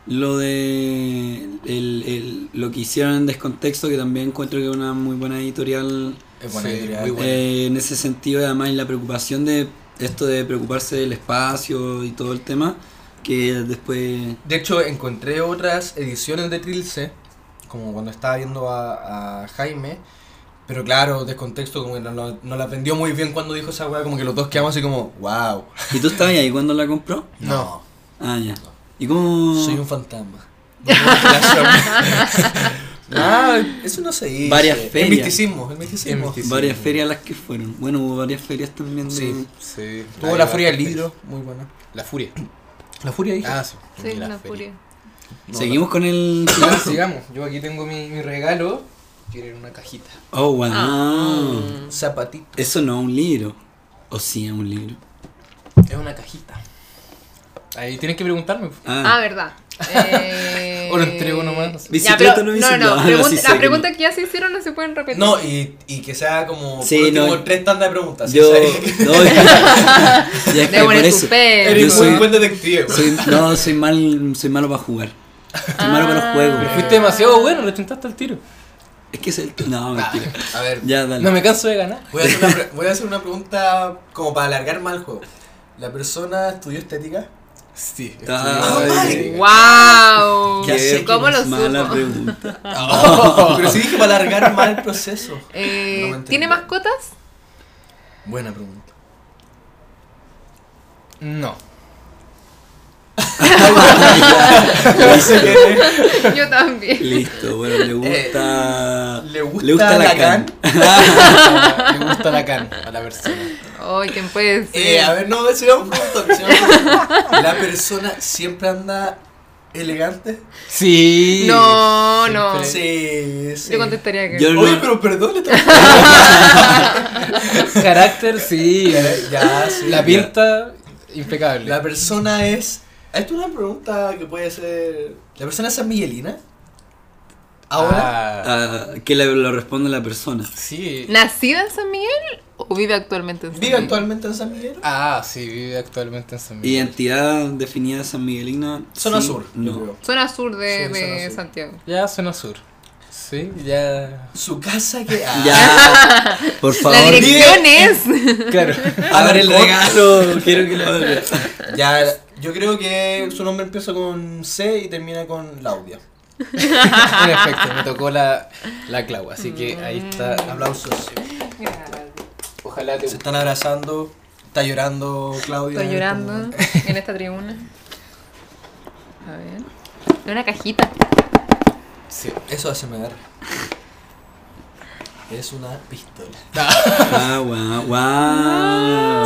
S3: lo de el- el- lo que hicieron en Descontexto, que también encuentro que es una muy buena editorial
S2: Es buena
S1: Sí,
S2: idea.
S1: muy buena.
S3: eh, en ese sentido, y además y la preocupación de esto de preocuparse del espacio y todo el tema, que después
S2: De hecho, encontré otras ediciones de Trilce, como cuando estaba viendo a, a Jaime. Pero claro, descontexto, como que no, no, no la aprendió muy bien cuando dijo esa weá, como que los dos quedamos así como, wow.
S3: ¿Y tú estabas ahí cuando la compró?
S1: No.
S3: Ah, ya. ¿Y cómo?
S2: Soy un fantasma. Ah, eso no se dice.
S3: Varias
S2: El
S3: ferias.
S2: misticismo, el misticismo.
S1: El misticismo.
S3: Varias ferias las que fueron. Bueno, hubo varias ferias también de...
S2: Sí.
S1: Sí.
S2: Tuvo la furia del libro, muy buena.
S1: La furia.
S2: La furia dije.
S1: Ah, sí.
S4: Sí,
S1: La
S4: una
S1: feria.
S4: furia.
S3: Seguimos con el...
S1: Ya, sigamos. Yo aquí tengo mi, mi regalo. Tienen una cajita.
S3: Oh, wow.
S4: Ah.
S2: Zapatito.
S3: Eso no es un libro. O sí es un libro.
S1: Es una cajita. Ahí tienen que preguntarme.
S4: Ah, verdad. Eh...
S1: O lo entrego nomás, no sé.
S3: Bicicleta
S4: pero-
S3: no
S4: no,
S3: bicicleta.
S4: no,
S3: Ah,
S4: pregun-
S3: sí sé que
S4: la
S3: no.
S4: pregunta que ya se hicieron no se pueden repetir.
S2: No, y, y que sea como
S3: Sí,
S2: por último,
S3: no.
S2: tres tandas de preguntas.
S3: Yo,
S2: ¿sí?
S3: no, es que- ya es que
S4: Debo
S3: por
S4: poner
S3: eso. Yo
S4: suspenso.
S2: Eres muy
S3: soy,
S2: buen detective. güey.
S3: soy- no, soy mal, soy malo para jugar. Soy malo para los juegos.
S1: Pero fuiste demasiado bueno, lo tentaste al tiro.
S3: Es que es el, no,
S4: Ah.
S3: mentira.
S2: A ver,
S3: Ya, dale.
S1: No me canso de ganar.
S2: voy a, hacer una, pre- voy a hacer una pregunta como para alargar más el juego. ¿La persona estudió estética?
S1: Sí.
S3: Ah,
S1: estudié-
S4: ¡Wow!
S3: Ya sé que
S4: ¿Cómo
S3: es
S4: lo
S3: mala
S4: supo?
S3: pregunta.
S2: Pero sí dije para alargar más el proceso.
S4: Eh,
S2: No me entendí.
S4: ¿Tiene mascotas?
S2: Buena pregunta.
S1: No.
S4: Yo también.
S3: Listo, bueno, le
S4: Eh.
S3: gusta.
S2: ¿le gusta Lacan?
S1: Me gusta la can a la persona.
S4: Ay, ¿quién puede ser?
S2: Eh, a ver, no, sigamos preguntando. sigamos preguntando. ¿La persona siempre anda elegante?
S1: Sí.
S4: No, no.
S1: Siempre.
S2: Sí, sí.
S4: Yo contestaría que.
S3: Yo-
S2: eh, Oye, pero perdón, le tengo-
S1: Carácter, sí.
S2: eh. Ya, sí.
S1: La pinta, impecable.
S2: La persona es. Esto es una pregunta que puede ser. ¿La persona es San Miguelina? Ahora.
S1: Ah,
S3: Ah, que le, lo responde la persona.
S1: sí.
S4: ¿Nacida en San Miguel o vive actualmente en San
S2: ¿Vive
S4: Miguel?
S2: actualmente en San Miguel?
S1: Ah, sí, vive actualmente en San Miguel.
S3: Identidad definida San Miguelina.
S2: Zona
S3: sí,
S2: sur, yo
S3: No.
S2: creo.
S4: Zona sur de,
S2: Sí,
S4: de
S2: zona sur.
S4: Santiago.
S1: Ya zona sur. Sí, ya.
S2: Su casa que. ah,
S3: Ya. Por favor.
S4: La dirección es.
S1: Claro.
S3: A ver el regalo. Quiero que lo abra.
S2: Ya, yo creo que su nombre empieza con C y termina con Laudia.
S1: En efecto, me tocó la, la clau, así que ahí está.
S2: Aplausos.
S1: Mm. Ojalá te
S2: Se están abrazando. Está llorando Claudia.
S4: Estoy llorando
S2: Como-
S4: en esta tribuna. A ver. Es una cajita.
S1: Sí.
S2: Eso hace megar. Es una pistola.
S3: Ah, wow.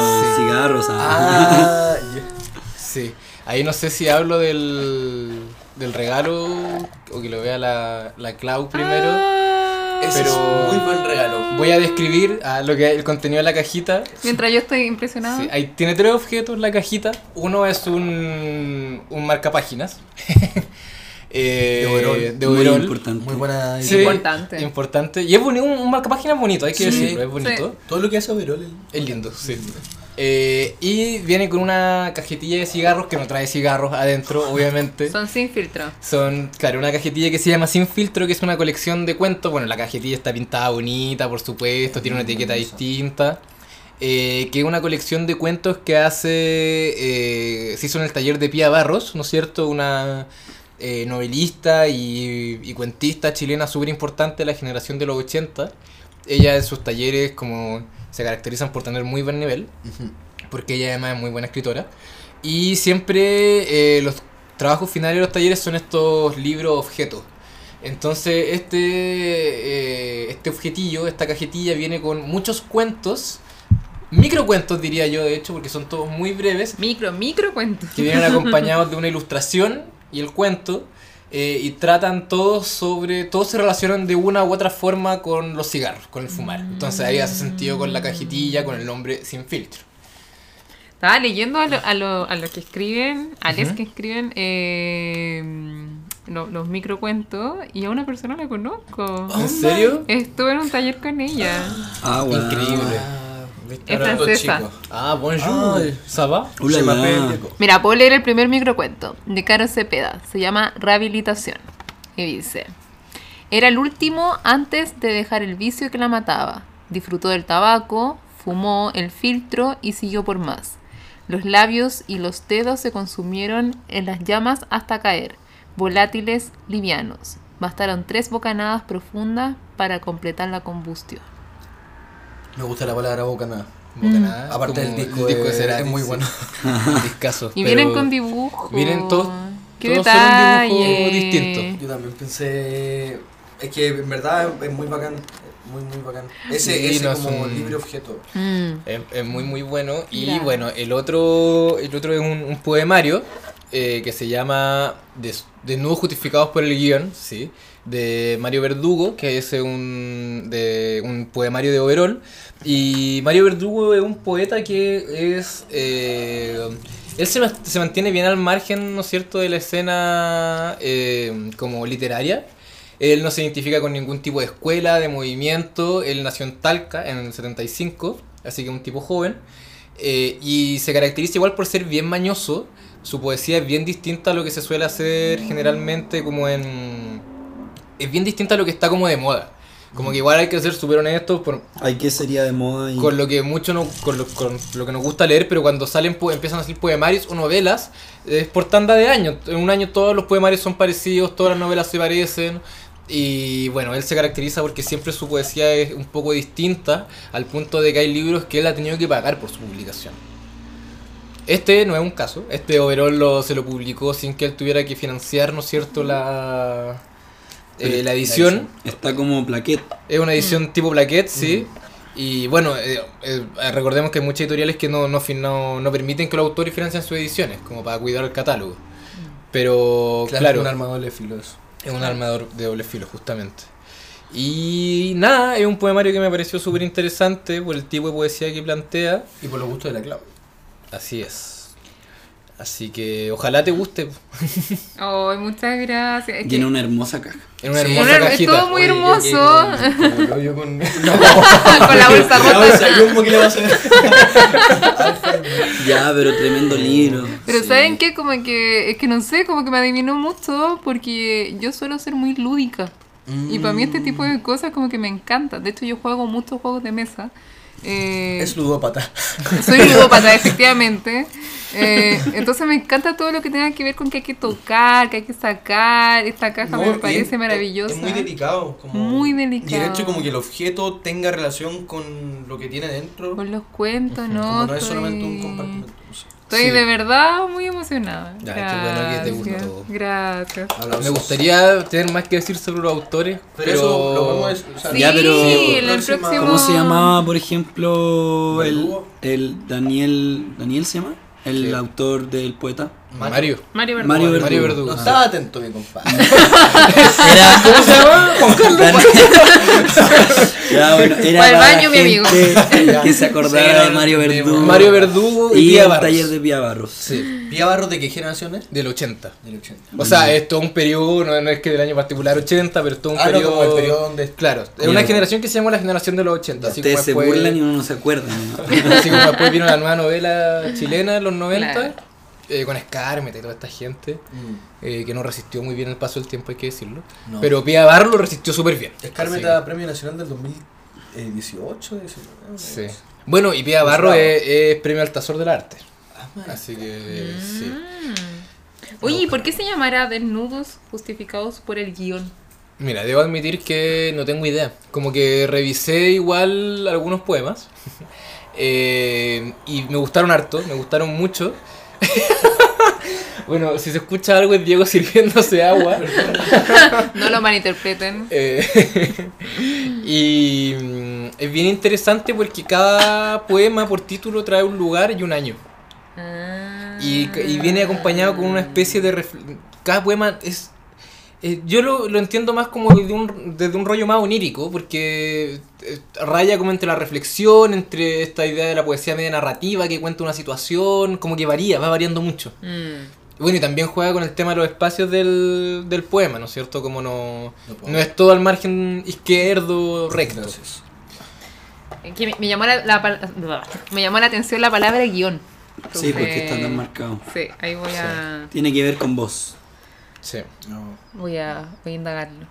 S3: wow. Cigarros. Ah.
S2: Ah, ya.
S1: Sí. Ahí no sé si hablo del, del regalo o que lo vea la, la Clau primero.
S4: Ah.
S2: ese es
S1: Pero-
S2: un muy buen regalo.
S1: Voy a describir ah, lo que el contenido de la cajita.
S4: Mientras yo estoy impresionado.
S1: Sí, ahí tiene tres objetos la cajita. Uno es un, un marcapáginas. eh,
S2: De overol.
S1: de
S3: Muy
S1: overol.
S3: importante.
S2: Muy buena
S1: Sí,
S2: idea.
S4: Importante.
S1: Importante. Y es boni- un, un marcapáginas bonito, hay que
S2: Sí,
S1: decirlo, es bonito.
S4: sí.
S2: Todo lo que hace Overol. el-
S1: Es lindo, sí. Eh, y viene con una cajetilla de cigarros que no trae cigarros adentro, obviamente.
S4: Son sin filtro.
S1: Son, claro, una cajetilla que se llama Sin Filtro, que es una colección de cuentos. Bueno, la cajetilla está pintada bonita, por supuesto, tiene una
S2: Mm,
S1: etiqueta
S2: eso.
S1: distinta. eh, que es una colección de cuentos que hace. eh, se hizo en el taller de Pía Barros, ¿no es cierto? Una eh, novelista y, y cuentista chilena súper importante de la generación de los 80. Ella en sus talleres, como se caracterizan por tener muy buen nivel porque ella además es muy buena escritora. Y siempre eh, los trabajos finales de los talleres son estos libros objetos. Entonces este, eh, este objetillo, esta cajetilla viene con muchos cuentos, microcuentos diría yo de hecho, porque son todos muy breves,
S4: Micro, micro cuento.
S1: que vienen acompañados de una ilustración y el cuento. eh, y tratan todos sobre. Todos se relacionan de una u otra forma con los cigarros, con el fumar. Entonces ahí hace sentido con la cajetilla, con el nombre sin filtro.
S4: Estaba leyendo a, lo- a, lo- a los que escriben, a les
S1: Ujú.
S4: que escriben eh, lo- los microcuentos y a una persona la conozco.
S1: ¿En serio?
S4: Estuve en un taller con ella.
S3: Ah, wow.
S1: Increíble.
S2: Ah, ¿viste?
S4: Es
S2: Ahora,
S4: francesa.
S2: los chicos.
S1: Ah, bonjour.
S2: Ay.
S1: Ça va?
S3: Hola,
S2: Se
S3: la.
S2: mapea el eco.
S4: Mira, puedo leer el primer microcuento de Caro Cepeda. Se llama Rehabilitación. Y dice: Era el último antes de dejar el vicio que la mataba. Disfrutó del tabaco, fumó el filtro y siguió por más. Los labios y los dedos se consumieron en las llamas hasta caer, volátiles, livianos. Bastaron tres bocanadas profundas para completar la combustión.
S2: Me gusta la palabra bocanada.
S1: Bocanada,
S2: Aparte
S1: como
S2: del disco,
S1: el
S2: de-
S1: de Cerati,
S2: es muy
S1: sí.
S2: bueno.
S1: Discasos,
S4: Y
S1: pero-
S4: vienen con dibujos.
S1: vienen todos-
S4: ¡Qué
S1: todos son un dibujo
S4: detalle!
S1: distinto.
S2: Yo también pensé Es que en verdad es muy bacán. Muy, muy bacán. Ese,
S1: Sí,
S2: ese
S1: no, es
S2: como
S1: un-
S2: libre objeto.
S4: Mm.
S1: Es, es muy muy bueno. Y
S4: Ya.
S1: bueno, el otro, el otro es un, un poemario eh, que se llama Des- Desnudos justificados por el guión, sí, de Mario Verdugo, que es un, de, un poemario de Oberón. Y Mario Verdugo es un poeta que es... eh, él se, ma- se mantiene bien al margen, ¿no es cierto?, de la escena eh, como literaria. Él no se identifica con ningún tipo de escuela, de movimiento. Él nació en Talca en el 75, así que un tipo joven. Eh, y se caracteriza igual por ser bien mañoso. Su poesía es bien distinta a lo que se suele hacer generalmente como en... Es bien distinta a lo que está como de moda. Como que igual hay que ser súper honestos, por,
S3: Hay que sería de moda y.
S1: con lo que mucho no, con, lo, con lo que nos gusta leer, pero cuando salen po- empiezan a salir poemarios o novelas, es por tanda de años. En un año todos los poemarios son parecidos, todas las novelas se parecen. Y bueno, él se caracteriza porque siempre su poesía es un poco distinta, al punto de que hay libros que él ha tenido que pagar por su publicación. Este no es un caso, este Oberón lo, se lo publicó sin que él tuviera que financiar, ¿no es cierto?, la, eh,
S3: Pero-
S1: la edición.
S3: Está como plaquet.
S1: Es una edición tipo plaquette, sí. Y bueno, eh, eh, recordemos que hay muchas editoriales que no, no, fin- no, no permiten que los autores financien sus ediciones, como para cuidar el catálogo. Pero claro,
S2: un arma doble filo eso.
S1: es un armador de doble filo, justamente. Y nada, es un poemario que me pareció súper interesante por el tipo de poesía que plantea.
S2: Y por los gustos de la clave.
S1: Así es. Así que ojalá te guste.
S4: Ay, muchas gracias. Es que-
S3: Tiene una hermosa caja.
S1: En una
S2: Sí.
S1: hermosa
S4: Una- es
S1: cajita.
S4: todo Muy hermoso.
S2: yo con.
S4: con la bolsa rota.
S2: que le va a hacer?
S3: Ya, pero tremendo libro.
S4: Pero
S2: Sí.
S4: ¿saben qué? Como que, es que no sé, como que me adivinó mucho porque yo suelo ser muy lúdica. Y para mí este tipo
S2: Mm.
S4: de cosas como que me encanta. De hecho yo juego muchos juegos de mesa. Eh,
S2: Es ludópata.
S4: soy ludópata, efectivamente. Eh, entonces me encanta todo lo que tenga que ver con que hay que tocar, que hay que sacar. Esta caja
S2: No,
S4: me
S2: y
S4: parece
S2: es- es-
S4: maravillosa.
S2: Es muy delicado. Como...
S4: Muy delicado.
S2: Y el hecho como que el objeto tenga relación con lo que tiene dentro.
S4: Con los cuentos, ¿no?
S2: como no es
S4: Estoy-
S2: solamente un compartimento. no sé.
S4: Estoy
S1: Sí.
S4: de verdad muy emocionada.
S1: Ya, qué bueno que te
S4: Gracias,
S1: gustó.
S4: Gracias.
S1: Me gustaría tener más que decir sobre los autores, pero,
S2: Pero eso lo vamos a decir, o sea,
S4: Sí,
S3: Ya, pero-
S4: en el
S2: Próxima-
S4: próximo...
S3: ¿Cómo se llamaba, por ejemplo, el,
S2: Verdugo.
S3: el Daniel. ¿Daniel se llama? El
S1: Sí.
S3: autor del poeta.
S1: Mario.
S4: Mario Verdugo.
S3: Mario Verdugo.
S1: Mario
S2: No
S1: Verdugo.
S2: estaba atento mi compadre.
S3: Era, ¿Cómo se llama? Juan Carlos. ya, bueno, era
S4: Pa'l
S3: para
S4: baño, mi
S3: gente
S4: amigo.
S3: que se
S2: Sí,
S3: acordara
S2: era
S3: de Mario
S2: de
S3: Verdugo.
S1: Mario Verdugo y,
S3: y
S1: Tía
S3: el
S1: Barros.
S3: taller de Pía Barros.
S1: Sí,
S2: Pía Barros de qué generación es?
S1: del 80.
S2: Del 80.
S1: O sea, es todo un periodo, no, no es que del año particular 80, pero es todo un
S2: Ah, no,
S1: periodo.
S2: como el periodo donde-
S1: Claro, es
S3: Como
S1: una
S3: el-
S1: generación que se llama la generación de los 80. Así como,
S3: Ustedes se
S1: después,
S3: burlan y uno no se acuerda. ¿no?
S1: así como después vino la nueva novela chilena en los 90,
S4: Claro.
S1: eh, con Escármeta y toda esta gente,
S2: Mm.
S1: eh, que no resistió muy bien el paso del tiempo, hay que decirlo.
S2: No.
S1: Pero Pia Barro lo resistió súper bien.
S2: Escármeta, Premio Nacional del 2018, 19.
S1: Así que- sí. Bueno, y Pia Barro es, es premio Altazor del Arte. Así que sí.
S4: Mm. Oye, ¿y por qué se llamará Desnudos justificados por el guión?
S1: Mira, debo admitir que no tengo idea. Como que revisé igual algunos poemas. eh, y me gustaron harto, me gustaron mucho. bueno, si se escucha algo es Diego sirviéndose agua.
S4: No lo malinterpreten.
S1: Eh, y mm, es bien interesante porque cada poema por título trae un lugar y un año.
S4: Ah.
S1: Y, y viene acompañado con una especie de... refle- Cada poema es... eh, yo lo, lo entiendo más como desde un, desde un rollo más onírico, porque eh, raya como entre la reflexión, entre esta idea de la poesía media narrativa que cuenta una situación, como que varía, va variando mucho.
S4: Mm.
S1: Bueno, y también juega con el tema de los espacios del, del poema, ¿no es cierto? Como no,
S2: No puedo.
S1: no es todo al margen izquierdo recto.
S2: Gracias.
S4: Es Eh, que me, me llamó la, la pal- me llamó la atención la palabra guión.
S3: Sí, porque está tan
S4: Entonces,
S3: marcado.
S4: Sí, ahí voy a,
S3: Tiene que ver con vos.
S1: Sí.
S2: No.
S4: voy a, voy a indagarlo.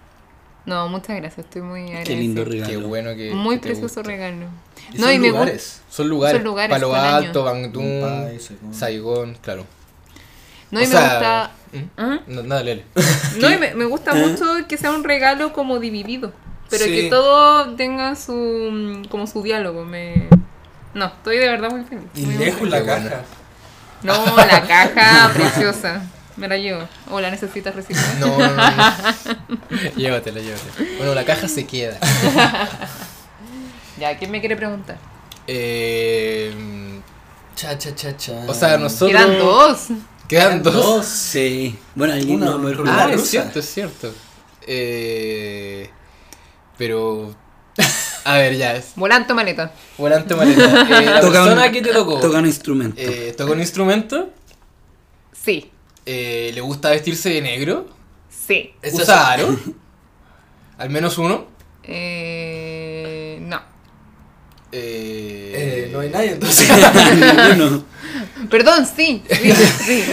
S4: No, muchas gracias, estoy muy agradecida.
S3: Qué lindo regalo.
S1: Qué bueno que.
S4: Muy
S1: que te
S4: precioso
S1: guste.
S4: regalo.
S2: Y son
S4: me gu-
S2: lugares.
S1: Son lugares.
S4: Son lugares
S1: Palo
S4: con año.
S1: Alto, Bandung,
S2: Bombay, Saigón.
S1: Saigón, claro.
S4: No, y
S1: O
S4: me
S1: sea,
S4: gusta...
S1: ¿Mm?
S4: ¿Ah?
S1: No, nada, Lele.
S4: No, y me, me gusta
S3: ¿Eh?
S4: mucho que sea un regalo como dividido. Pero
S2: Sí.
S4: que todo tenga su mm, como su diálogo. Me... No, estoy de verdad muy feliz.
S2: Y
S4: muy
S2: lejos
S1: Qué
S2: la
S1: bueno.
S2: caja.
S4: emocionada. No, la caja preciosa. Me la llevo. O la necesitas recibir.
S1: No, no, no, no. llévatela, llévatela. Bueno, la caja se queda.
S4: Ya, ¿quién me quiere preguntar?
S1: Eh,
S2: Cha, cha, cha, cha.
S1: o sea, nosotros.
S4: Quedan dos.
S1: Quedan dos.
S3: Sí. Bueno, alguien
S2: Una
S3: no me
S2: rusa.
S1: Ah,
S2: La
S1: es
S2: rusa.
S1: cierto, es cierto. Eh, pero. A ver, ya. es-
S4: Volante o maleta.
S1: Volante maleta. Eh, la
S3: Toca un-
S1: persona que te tocó.
S3: Toca un instrumento.
S1: eh, toca un instrumento.
S4: Sí,
S1: eh, le gusta vestirse de negro.
S4: sí.
S2: Eso es-
S1: usa aro. Al menos uno.
S4: Eh, no.
S1: Eh,
S2: Eh, no hay nadie, entonces.
S3: Bueno,
S4: Perdón, sí. Sí, sí.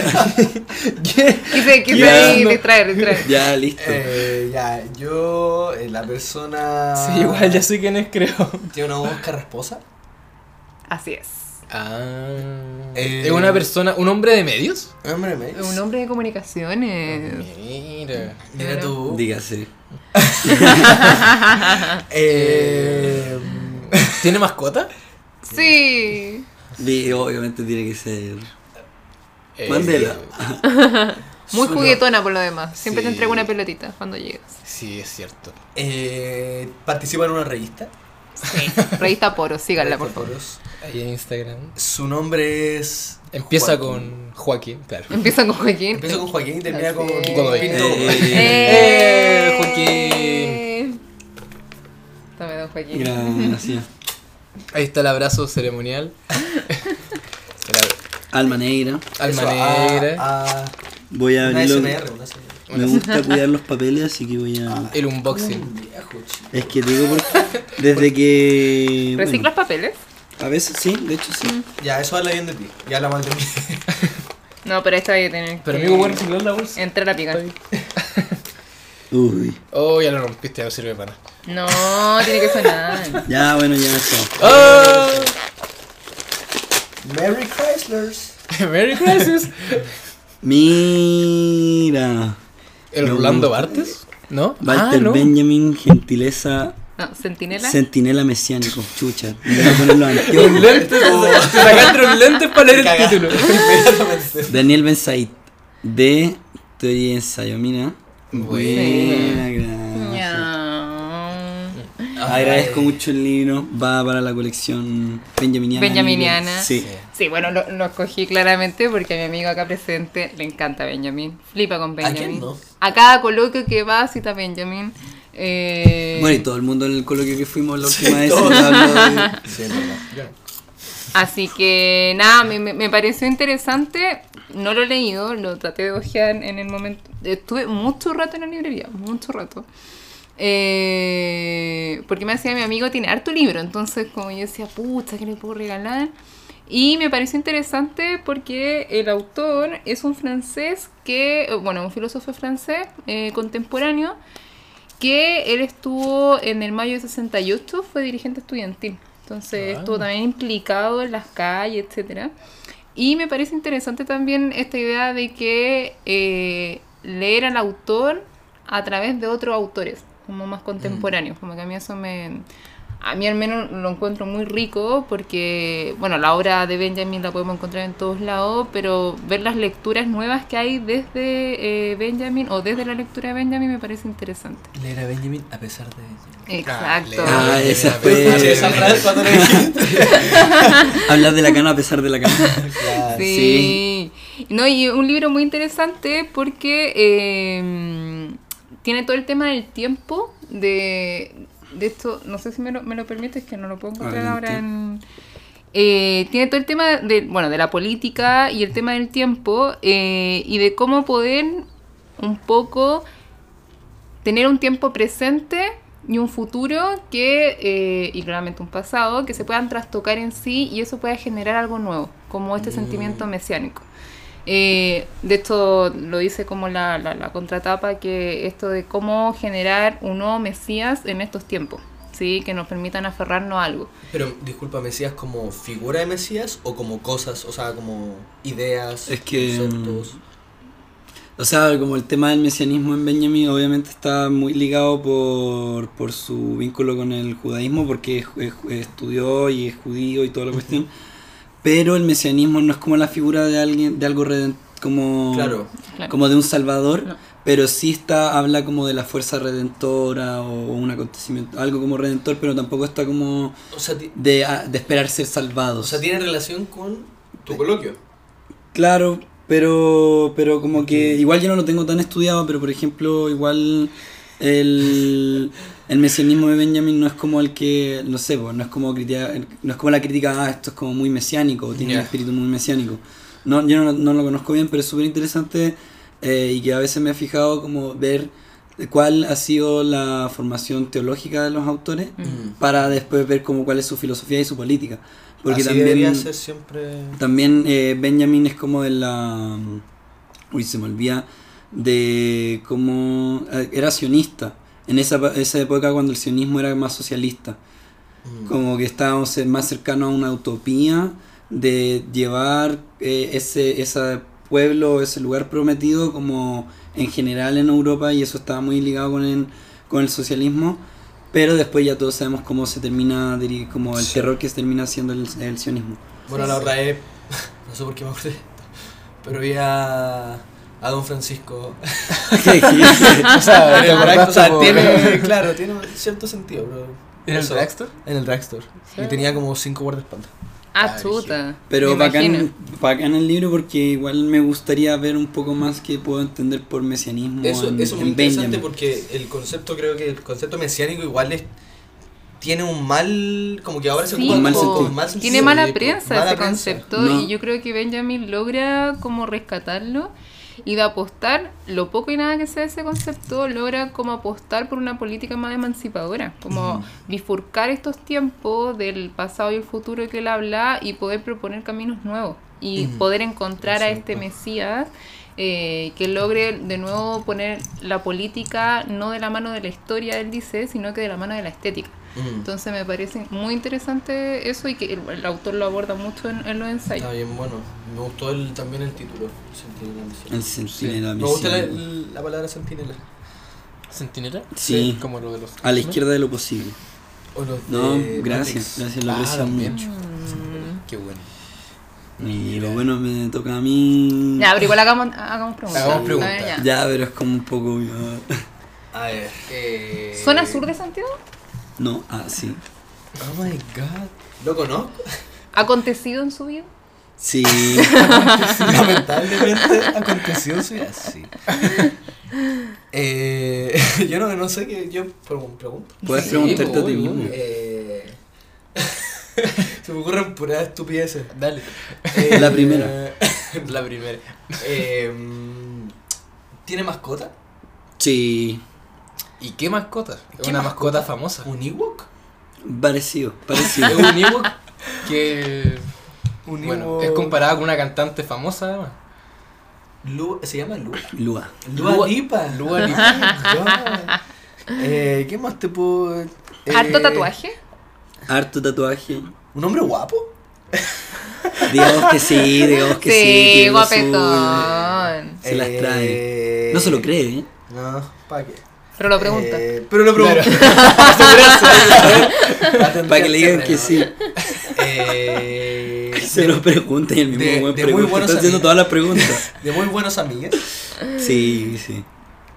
S4: Quise, quise
S3: Ya,
S4: ahí
S3: no.
S4: distraer, distraer.
S3: ya, listo.
S2: Eh, ya, yo, eh, la persona.
S1: Sí, igual ya sé quién es, creo.
S2: ¿Tiene una voz carrasposa?
S4: Así es.
S1: Ah.
S2: Eh.
S1: Es una persona, un hombre de medios.
S2: Hombre, me
S4: Un hombre de comunicaciones.
S1: Mira.
S2: Mira tú.
S3: Dígase.
S2: Eh,
S1: ¿Tiene mascota?
S4: Sí.
S3: Di- Obviamente tiene que ser.
S1: Eh,
S3: Mandela.
S4: Muy
S2: Solo-
S4: juguetona por lo demás. Siempre te
S1: Sí.
S4: entrego una pelotita cuando llegas.
S1: Sí, es cierto.
S2: eh, ¿Participa en una revista?
S4: Revista Poro, síganla, por favor.
S2: Poros.
S1: Ahí en Instagram.
S2: Su nombre es.
S1: Empieza
S2: Joaquín.
S1: con Joaquín, claro.
S4: Empieza con Joaquín.
S2: Empieza con Joaquín y termina
S4: Así
S2: con.
S4: es.
S2: Pinto.
S3: Eh,
S1: ¡Eh,
S4: Joaquín! Tome, don eh, Joaquín.
S3: Gracias.
S1: Ahí está el abrazo ceremonial. El abra-
S3: Alma negra.
S1: Alma
S2: Eso, ah,
S1: negra.
S2: ah,
S3: Voy a
S2: una
S3: abrirlo.
S2: SMR, una SMR.
S3: Me gusta cuidar los papeles, así que voy a.
S1: El unboxing.
S2: Un viejo, chico.
S3: Es que digo porque. Desde que. bueno,
S4: ¿Reciclas papeles?
S3: a veces sí, de hecho sí.
S2: Ya, eso habla bien de ti. Ya habla mal de mí.
S4: No, pero esta hay que tener.
S1: Pero
S4: que
S1: amigo, ¿puedes reciclar la bolsa?
S4: Entrar a picar.
S2: Mm.
S3: Uy.
S1: Eh. Oh, ya lo rompiste, ya no sirve para nada.
S4: No, tiene que sonar.
S3: Ya, bueno, ya eso.
S1: ¡Oh!
S2: Merry Chryslers.
S1: ¡Merry Crisis!
S3: Mira.
S1: ¿El
S3: No.
S1: Rolando Bartes? Ah, ¿No?
S3: Walter Benjamin, gentileza.
S4: No, sentinela.
S3: Centinela mesiánico. Chucha. Me voy a poner los
S1: Los
S3: anteojos.
S1: lentes,
S3: Oh,
S1: te sacaste los lentes para leer el
S2: Cagaste.
S1: título.
S2: Inmediatamente.
S3: Daniel Benzaid. De. Teoría y ensayo, mira.
S1: Buena.
S3: Buena, gracias.
S4: Ya.
S3: Agradezco mucho el libro, va para la colección benjaminiana.
S4: Benjaminiana.
S3: Sí.
S4: Sí, bueno, lo, lo escogí claramente porque a mi amigo acá presente le encanta Benjamin. Flipa con
S2: quién
S4: Benjamin.
S2: no?
S4: A cada coloquio que va cita Benjamin. Eh,
S3: Bueno, y todo el mundo en el coloquio que fuimos la última vez
S2: todos.
S3: nos habló de-
S2: Sí, es verdad.
S4: Así que nada, me, me- me pareció interesante. No lo he leído, lo traté de ojear en el momento. Estuve mucho rato en la librería, mucho rato. Eh, porque me decía mi amigo, tiene harto libro. Entonces, como yo decía, pucha, ¿qué le puedo regalar? Y me pareció interesante porque el autor es un francés que, eh, bueno, un filósofo francés eh, contemporáneo, que él estuvo en el mayo de 68, fue dirigente estudiantil. Entonces
S1: Ah.
S4: estuvo también implicado en las calles, etcétera. Y me parece interesante también esta idea de que eh, leer al autor a través de otros autores, como más contemporáneos, como que a mí eso me... A mí al menos lo encuentro muy rico porque, bueno, la obra de Benjamin la podemos encontrar en todos lados, pero ver las lecturas nuevas que hay desde eh, Benjamin o desde la lectura de Benjamin me parece interesante.
S2: Leer a Benjamin a pesar de Benjamin.
S4: Exacto.
S3: Ah, esa
S1: Pues,
S2: Escuché esa frase
S1: fue.
S2: cuando lo dijiste.
S3: Hablar de la cana a pesar de la cana.
S4: Sí. No, y un libro muy interesante porque eh, tiene todo el tema del tiempo, de, de esto, no sé si me lo, me lo permites, que no lo puedo encontrar ahora
S3: Adelante.
S4: en... Eh, tiene todo el tema de, bueno, de la política y el tema del tiempo eh, y de cómo poder un poco tener un tiempo presente y un futuro que, eh, y claramente un pasado, que se puedan trastocar en sí y eso pueda generar algo nuevo, como este sentimiento mesiánico. Eh, de esto lo dice como la, la, la contratapa, que esto de cómo generar un nuevo Mesías en estos tiempos, ¿sí? que nos permitan aferrarnos a algo.
S2: Pero disculpa, Mesías como figura de Mesías o como cosas, o sea, como ideas,
S3: Es que,
S2: conceptos.
S3: O sea, como el tema del mesianismo en Benjamín obviamente está muy ligado por, por su vínculo con el judaísmo, porque es- es- estudió y es judío y toda la cuestión. Pero el mesianismo no es como la figura de alguien, de algo reden- como,
S2: Claro.
S4: Claro.
S3: como de un salvador,
S4: No.
S3: pero sí está, habla como de la fuerza redentora o un acontecimiento, algo como redentor, pero tampoco está como
S2: O sea, ti-
S3: de, ah, de esperar ser salvados.
S2: o sea, tiene relación con tu coloquio.
S3: Claro, pero, pero como que igual yo no lo tengo tan estudiado, pero por ejemplo, igual el, el mesianismo de Benjamin no es como el que, no sé, pues, no es como critica- no es como la crítica, ah, esto es como muy mesiánico, o tiene
S2: Ya.
S3: un espíritu muy mesiánico. No, yo no, no lo conozco bien, pero es súper interesante eh, y que a veces me he fijado como ver cuál ha sido la formación teológica de los autores
S2: Mm.
S3: para después ver como cuál es su filosofía y su política. Porque
S2: Así
S3: también
S2: debería ser siempre.
S3: también eh, Benjamin es como de la. Uy, se me olvida. De como. eh, Era sionista. En esa, pa- esa época cuando el sionismo era más socialista.
S2: Mm.
S3: Como que estábamos eh, más cercanos a una utopía de llevar eh, ese, ese pueblo, ese lugar prometido, como en general en Europa, y eso estaba muy ligado con el, con el socialismo. Pero después ya todos sabemos cómo se termina, diri- como el
S2: Sí.
S3: terror que se termina haciendo el- el sionismo.
S2: Bueno, la otra es. No sé por qué me acordé. de esto, Pero vi a. a Don Francisco.
S1: O sea, ¿te
S2: En Ah, el drag- o
S1: acordaste
S2: sea,
S1: por-
S2: tiene. Claro, tiene un cierto sentido, pero.
S1: ¿Era el
S2: eso,
S1: dragstore?
S2: En el dragstore. Y tenía como cinco guardaespaldas.
S4: Ah,
S1: Ah,
S4: chuta.
S3: Pero
S4: Me
S3: bacán,
S4: imagino.
S3: bacán el libro porque igual me gustaría ver un poco más que puedo entender por mesianismo
S2: Eso,
S3: en,
S2: eso es muy
S3: en
S2: interesante
S3: Benjamin.
S2: porque el concepto, creo que el concepto mesiánico igual es. Tiene un mal. Como que ahora se
S4: Sí,
S2: ocupa
S3: mal
S4: po.
S2: como
S3: sentido.
S2: mal sentido,
S4: Tiene mala
S2: tipo,
S4: prensa
S2: mala
S4: ese
S2: prensa.
S4: concepto
S3: No.
S4: y yo creo que Benjamin logra como rescatarlo y de apostar lo poco y nada que sea ese concepto, logra como apostar por una política más emancipadora, como bifurcar estos tiempos del pasado y el futuro que él habla y poder proponer caminos nuevos y
S2: Ujú.
S4: poder encontrar a este
S2: Exacto.
S4: Mesías eh, que logre de nuevo poner la política no de la mano de la historia, él dice, sino que de la mano de la estética.
S2: Mm.
S4: Entonces me parece muy interesante eso y que el, el autor lo aborda mucho en, en los ensayos.
S2: Está bien, bueno. Me gustó el, también el título. Sentinela mesiánica.
S3: El sentinela
S2: Me gusta la,
S3: mesiánico.
S2: la palabra sentinela.
S1: ¿Centinela?
S3: Sí.
S1: Como lo de los.
S3: A la izquierda de lo posible.
S2: O los
S3: No,
S2: de
S3: gracias,
S2: Eh, Matrix.
S3: gracias, lo
S1: Ah,
S3: aprecio
S1: también.
S3: mucho.
S1: Qué bueno.
S3: Pero bueno, me toca a mí.
S4: Ya, pero igual hagamos, hagamos preguntas.
S1: Hagamos
S4: Está bien,
S1: preguntas.
S4: ya.
S3: Ya, pero es como un poco... obvio.
S2: A ver. Eh...
S4: ¿Zona sur de Santiago?
S3: No, ah, sí.
S2: Oh my god. ¿Lo conozco?
S4: ¿Acontecido en su vida?
S3: Sí,
S2: Lamentablemente aconteció soy así. Eh, yo no, no sé qué. Yo pre- pregunto.
S3: puedes
S1: Sí,
S3: preguntarte a ti
S1: obvio,
S3: mismo.
S1: obvio.
S2: Eh, se me ocurren puras estupideces.
S1: Dale.
S2: Eh,
S3: La primera.
S1: La primera.
S2: eh, mm, ¿Tiene mascota?
S3: Sí,
S1: ¿Y qué mascota?
S2: ¿Qué
S1: Una mascota,
S2: mascota?
S1: famosa.
S2: ¿Un Ewok?
S3: parecido, parecido.
S1: Es un Ewok que.
S2: Un
S1: Bueno,
S2: Ewok-
S1: es comparada con una cantante famosa, además.
S2: Lu- ¿Se llama Lu?
S3: Lua.
S2: Lua,
S1: Lua-
S2: Lipa.
S1: Lua Lipa.
S2: Lipa. eh, ¿Qué más te puedo...? eh,
S4: ¿Harto tatuaje?
S3: Harto tatuaje.
S2: ¿Un hombre guapo?
S3: Digamos que sí, digamos que sí. tiene lo suyo.
S4: guapetón.
S3: Se las trae. No se lo cree, ¿eh?
S2: Eh, No, ¿para qué?
S4: Pero lo pregunta.
S2: Eh, pero lo pregunto.
S3: Para que le digan que sí.
S2: Eh,
S3: Se lo pregunta y el mismo
S2: de-
S3: buen
S2: de muy
S3: pregunta.
S2: buenos
S3: Está haciendo
S2: amigos.
S3: todas las preguntas.
S2: de muy buenos amigos.
S3: Sí, sí.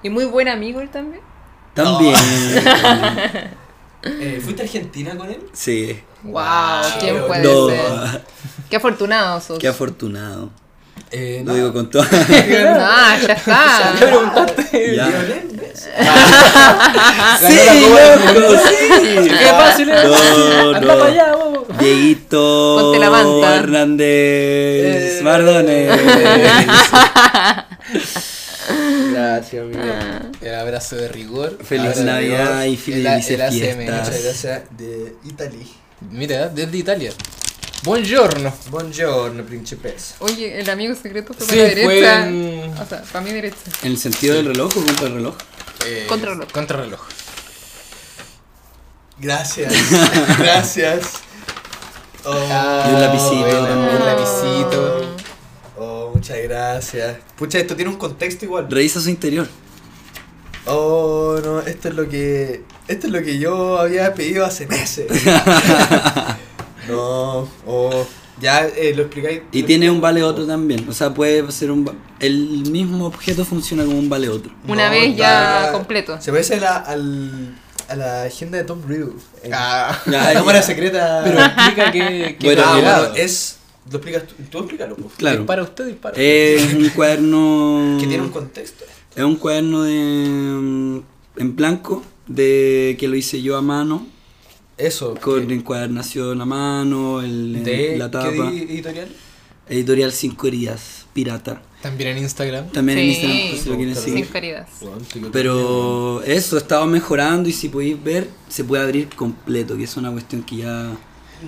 S4: ¿Y muy buen amigo él también?
S3: También.
S2: Eh, ¿Fuiste a Argentina con él?
S3: Sí.
S4: ¡Wow! ¿Quién
S2: No.
S4: puede
S3: No.
S4: ser? ¡Qué afortunado sos!
S3: Qué afortunado.
S2: Eh,
S3: Lo digo con todo.
S4: ¡Ah, ya está!
S2: preguntaste?
S3: Ya.
S2: ¿Violín?
S3: sí, loco, sí.
S1: ¡Qué fácil es!
S3: No,
S1: ¡Anda para
S3: no.
S1: allá, vamos!
S3: Dieguito
S4: Ponte la manta.
S3: Hernández
S2: Eh.
S3: Mardones.
S2: Gracias, amigo.
S1: El abrazo de rigor.
S3: Feliz
S1: abrazo de
S3: Navidad
S1: rigor.
S3: y
S1: El
S3: felices
S1: A- el ACM.
S3: fiestas.
S2: Muchas gracias de Italia.
S1: Mira, desde Italia. Buongiorno.
S2: Buongiorno, principessa.
S4: Oye, el amigo secreto fue
S1: Sí,
S4: para la
S1: fue
S4: derecha.
S1: en-
S4: O sea, para mi derecha.
S3: ¿En el sentido del reloj o contra el reloj?
S1: Eh,
S4: Contrarreloj.
S1: Contrarreloj.
S2: Gracias. gracias. Oh,
S1: Ah,
S3: Y un lapicito.
S1: buena, Un
S3: Ah.
S1: lapicito.
S2: Oh, muchas gracias. Pucha, esto tiene un contexto igual.
S3: Revisa su interior.
S2: Oh, no, esto es lo que. Esto es lo que yo había pedido hace meses. no, oh. Ya eh, lo explicáis.
S3: Y
S2: lo
S3: tiene
S2: explicáis
S3: un vale
S2: poco.
S3: otro también. O sea, puede ser un. va- El mismo objeto funciona como un vale otro.
S4: Una vez ya completo.
S2: Se parece a la, al- a la agenda de Tom Riddle. en-
S1: Ah,
S2: La cámara secreta.
S1: pero explica que. que
S3: Bueno,
S2: ah,
S3: mira.
S2: bueno, es. Lo explicas tú. Tú explícalo, po.
S3: Claro. Eh,
S1: Dispara usted, dispara.
S3: Es un cuaderno.
S2: Que tiene un contexto.
S3: Es un cuaderno de, mm, en blanco de que lo hice yo a mano,
S2: Eso.
S3: con
S2: que-
S3: encuadernación a mano, el-
S2: de,
S3: la
S2: ¿Qué
S3: tapa.
S2: di- editorial?
S3: Editorial Cinco Heridas, pirata.
S1: También en Instagram.
S3: También en
S4: Sí.
S3: Instagram, por si lo quieren
S2: Sin
S3: seguir.
S4: Sin caridad.
S3: Pero eso, estaba mejorando y si podéis ver, se puede abrir completo, que es una cuestión que ya...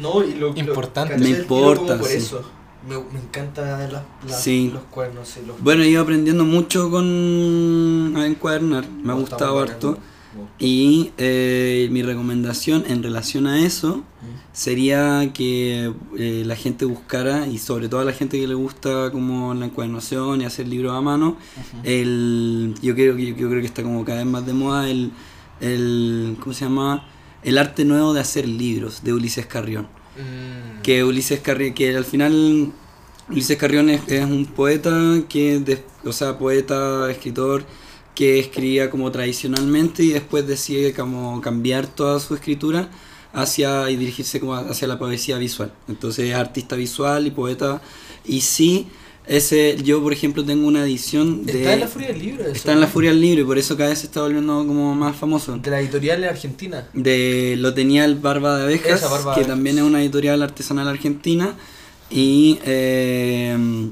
S2: No, y lo
S1: Importante.
S2: lo-
S3: Me
S2: caché el tiro como
S3: importa,
S2: por
S3: sí.
S2: eso. Me, me encantan las, las-
S3: Sí.
S2: los cuernos. sí, los-
S3: Bueno, he ido aprendiendo mucho con a encuadernar, me ha
S2: los
S3: gustado
S2: tambores,
S3: harto.
S2: ¿no? No.
S3: Y eh, mi recomendación en relación a eso sería que eh, la gente buscara, y sobre todo a la gente que le gusta como la encuadernación y hacer libros a mano, el yo creo que yo creo que está como cada vez más de moda el, el ¿cómo se llama? El arte nuevo de hacer libros de Ulises Carrión
S1: Mm,
S3: que Ulises Carrión, que al final Ulises Carrión es, es un poeta que, de- o sea, poeta, escritor, que escribía como tradicionalmente y después decide como cambiar toda su escritura hacia y dirigirse como hacia la poesía visual. Entonces es artista visual y poeta y sí ese yo por ejemplo tengo una edición de
S2: Está en la Furia del Libro. eso.
S3: está en la Furia del libro y por eso cada vez se está volviendo como más famoso.
S2: De la editorial argentina.
S3: De, lo tenía el Barba de Abejas,
S2: Esa, Barba de
S3: que
S2: Abejas.
S3: también es una editorial artesanal argentina. Y eh,
S2: Uh.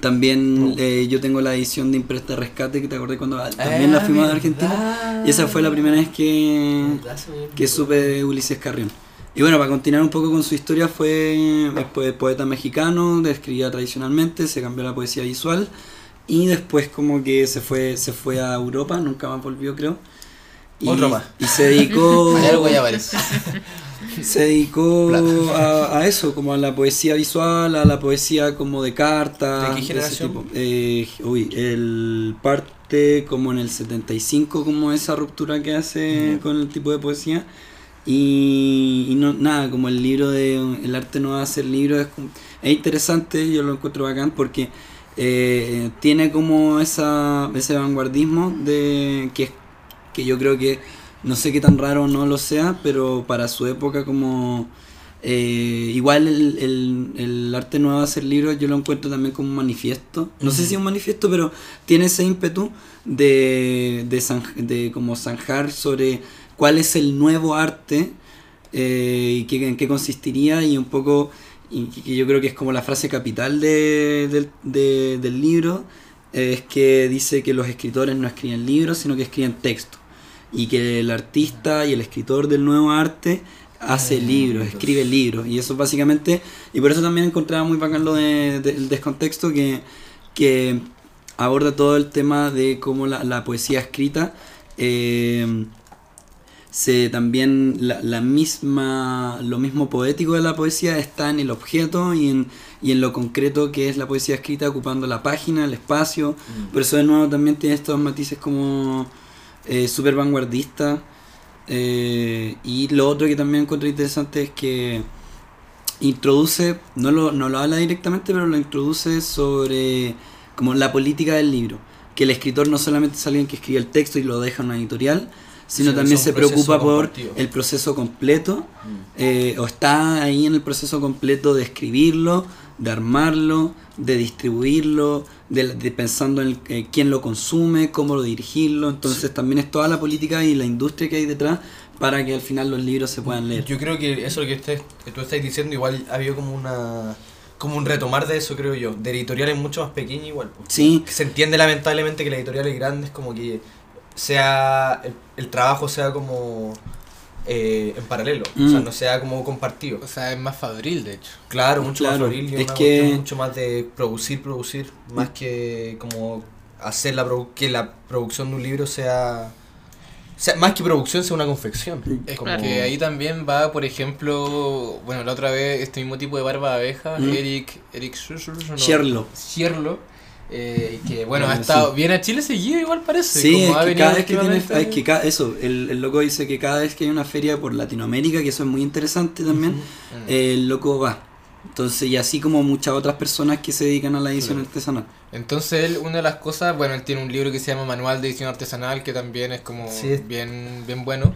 S3: también eh, yo tengo la edición de Impresta Rescate, que te acordé cuando
S2: Ah,
S3: también la fuimos de Argentina. Y esa fue la primera vez que, que supe de Ulises Carrión. Y bueno, para continuar un poco con su historia, fue después poeta mexicano, escribía tradicionalmente, se cambió a la poesía visual y después como que se fue se fue a Europa, nunca más volvió creo. Y,
S2: Otro más.
S3: y se dedicó
S1: hay algo ya parece.
S3: se dedicó a, a eso, como a la poesía visual, a la poesía como de cartas.
S2: ¿De qué
S3: ese
S2: generación?
S3: tipo. Eh, uy, el parte como en el 75, como esa ruptura que hace
S2: Ya.
S3: con el tipo de poesía. Y, y no, nada, como el libro de El arte no va a ser libro es, como- es interesante, yo lo encuentro bacán porque eh, tiene como esa, ese vanguardismo de que, que yo creo que no sé qué tan raro no lo sea, pero para su época como... eh, igual el, el- el arte nuevo de hacer libros yo lo encuentro también como un manifiesto. No sé si es un manifiesto, pero tiene ese ímpetu de, de, zan- de como zanjar sobre cuál es el nuevo arte eh, y qué, en qué consistiría y un poco, y que- que yo creo que es como la frase capital de- del- de- del libro, eh, es que dice que los escritores no escriben libros, sino que escriben texto. Y que el artista y el escritor del nuevo arte hace libros, escribe libros. Y eso básicamente, y por eso también encontraba muy bacán lo de- del descontexto que, que aborda todo el tema de cómo la, la poesía escrita eh, se también la, la misma lo mismo poético de la poesía está en el objeto y en, y en lo concreto que es la poesía escrita ocupando la página, el espacio,
S2: Mm.
S3: pero eso de nuevo también tiene estos matices como eh, súper vanguardista. eh, y lo otro que también encuentro interesante es que introduce, no lo, no lo habla directamente, pero lo introduce sobre como la política del libro. Que el escritor no solamente es alguien que escribe el texto y lo deja en una editorial,
S2: Sino
S3: sino
S2: que
S3: también
S2: es un
S3: se
S2: proceso
S3: preocupa por
S2: compartido.
S3: el proceso completo eh, o está ahí en el proceso completo de escribirlo, de armarlo, de distribuirlo, de, de pensando en eh, quién lo consume, cómo lo dirigirlo. Entonces también es toda la política y la industria que hay detrás para que al final los libros se puedan leer.
S2: Yo creo que eso que, usted, que tú estás diciendo, igual ha habido como una como un retomar de eso, creo yo. De editoriales mucho más pequeñas igual. po.
S3: Sí,
S2: Se entiende lamentablemente que las editoriales grandes como que sea el, el trabajo sea como eh, en paralelo, o sea,
S3: Mm.
S2: no sea como compartido.
S1: O sea, es más fabril, de hecho.
S2: Claro, mucho
S3: Claro,
S2: más floril y
S3: es
S2: una
S3: que- Mm.
S2: cuestión mucho más de producir, producir, más que como hacer la produ- que la producción de un libro sea, sea más que producción sea una confección.
S1: Es
S2: como-
S1: que ahí también va, por ejemplo, bueno, la otra vez este mismo tipo de barba de abeja,
S3: Mm.
S1: Eric, Eric Schusser, ¿no?
S3: Sherlo.
S1: Sherlo, eh, que bueno, ha
S3: Bueno,
S1: estado,
S3: sí.
S1: viene a Chile seguido igual parece,
S3: sí,
S1: como
S3: es
S1: ha
S3: que
S1: venido
S3: cada vez que tiene,
S1: últimamente.
S3: es que ca- eso, el, el loco dice que cada vez que hay una feria por Latinoamérica, que eso es muy interesante también,
S1: Mm.
S3: eh, el loco va. Entonces, y así como muchas otras personas que se dedican a la edición artesanal.
S1: Entonces él, una de las cosas, bueno, él tiene un libro que se llama Manual de Edición Artesanal, que también es como
S2: Sí.
S1: bien, bien bueno.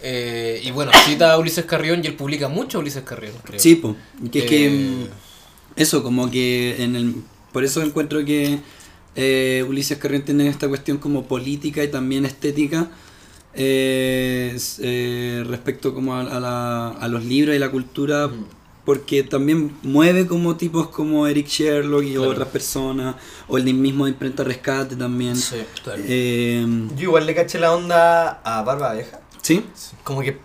S1: Eh, y bueno, cita a Ulises Carrión y él publica mucho a Ulises Carrión, creo.
S3: Sí, po. Que es que
S1: Eh.
S3: mm, eso, como que en el por eso encuentro que eh, Ulises Carrión tiene esta cuestión como política y también estética eh, es, eh, respecto como a, a la- a los libros y la cultura
S1: Mm.
S3: porque también mueve como tipos como Eric Sherlock y
S1: Claro.
S3: otras personas o el mismo Imprenta Rescate también
S2: Sí, claro.
S3: Eh,
S2: Yo igual le caché la onda a Barba Abeja.
S3: sí
S2: Como que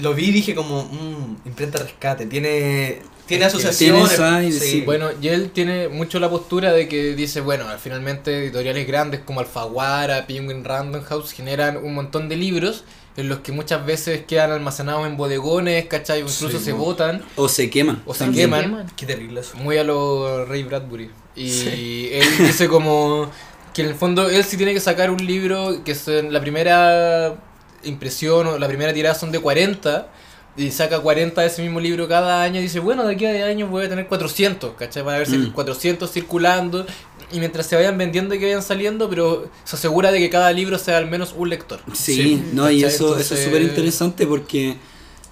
S2: lo vi y dije como, mmm, imprenta rescate, tiene, tiene
S1: Es que
S2: asociaciones.
S3: tiene esa- sí,
S1: Bueno, y él tiene mucho la postura de que dice, bueno, finalmente editoriales grandes como Alfaguara, Penguin Random House generan un montón de libros en los que muchas veces quedan almacenados en bodegones, ¿cachai? O Incluso
S2: Sí,
S1: se
S2: bueno.
S1: botan,
S3: o se queman
S1: O se
S3: también.
S1: queman.
S2: Qué terrible eso.
S1: muy a lo Ray Bradbury. Y él dice como que en el fondo él sí tiene que sacar un libro que es en la primera impresión o la primera tirada son de 40 y saca 40 de ese mismo libro cada año y dice, bueno, de aquí a 10 años voy a tener 400, ¿cachai? Van a haber
S3: Mm.
S1: 400 circulando y mientras se vayan vendiendo y que vayan saliendo, pero se asegura de que cada libro sea al menos un lector.
S3: Sí,
S2: Sí,
S3: no, y
S1: ¿cachai?
S3: eso, eso es
S1: Entonces-
S3: súper interesante porque,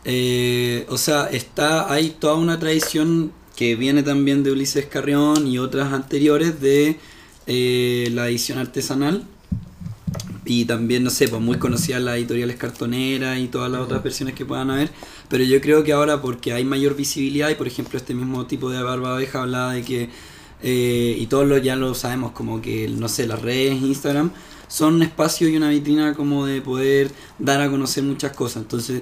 S3: eh, o sea, está hay toda una tradición que viene también de Ulises Carrión y otras anteriores de eh, la edición artesanal y también, no sé, pues muy conocidas las editoriales cartoneras y todas las otras versiones que puedan haber, pero yo creo que ahora porque hay mayor visibilidad y por ejemplo este mismo tipo de barba abeja hablaba de que, eh, y todos lo, ya lo sabemos, como que, no sé, las redes, Instagram, son un espacio y una vitrina como de poder dar a conocer muchas cosas, entonces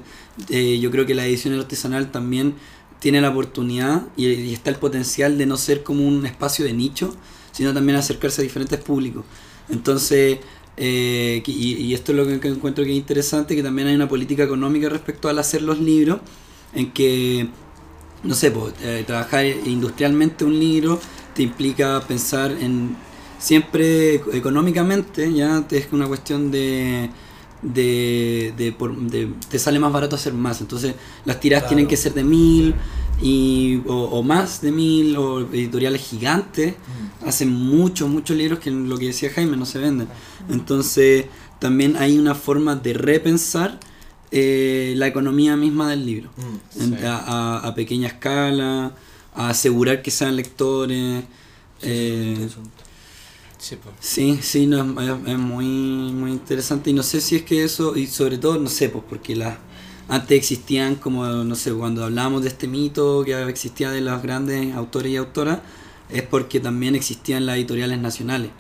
S3: eh, yo creo que la edición artesanal también tiene la oportunidad y, y está el potencial de no ser como un espacio de nicho, sino también acercarse a diferentes públicos. Entonces, eh, que- y, y esto es lo que, que encuentro que es interesante, que también hay una política económica respecto al hacer los libros, en que, no sé, po, eh, trabajar industrialmente un libro te implica pensar en siempre eco- económicamente, ya es una cuestión de... De, de, por- de- te sale más barato hacer más entonces las tiras
S2: Claro.
S3: tienen que ser de mil y, o, o más de mil o editoriales gigantes hacen muchos, muchos libros que lo que decía Jaime no se venden. Entonces, también hay una forma de repensar eh, la economía misma del libro.
S2: Mm.
S3: En-
S1: Sí.
S3: a, a- a pequeña escala, a asegurar que sean lectores. eh,
S1: Sí, pues.
S3: Sí, sí, no, es, es- es muy, muy interesante y no sé si es que eso, y sobre todo, no sé, pues porque las antes existían como, no sé, cuando hablábamos de este mito que existía de los grandes autores y autoras, es porque también existían las editoriales nacionales.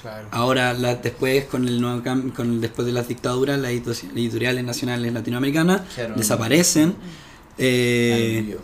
S1: Claro.
S3: Ahora, la- después, con el nuevo cam- con el- después de las dictaduras, las edito- editoriales nacionales latinoamericanas
S2: Claro.
S3: desaparecen. eh,
S2: Ay, Dios.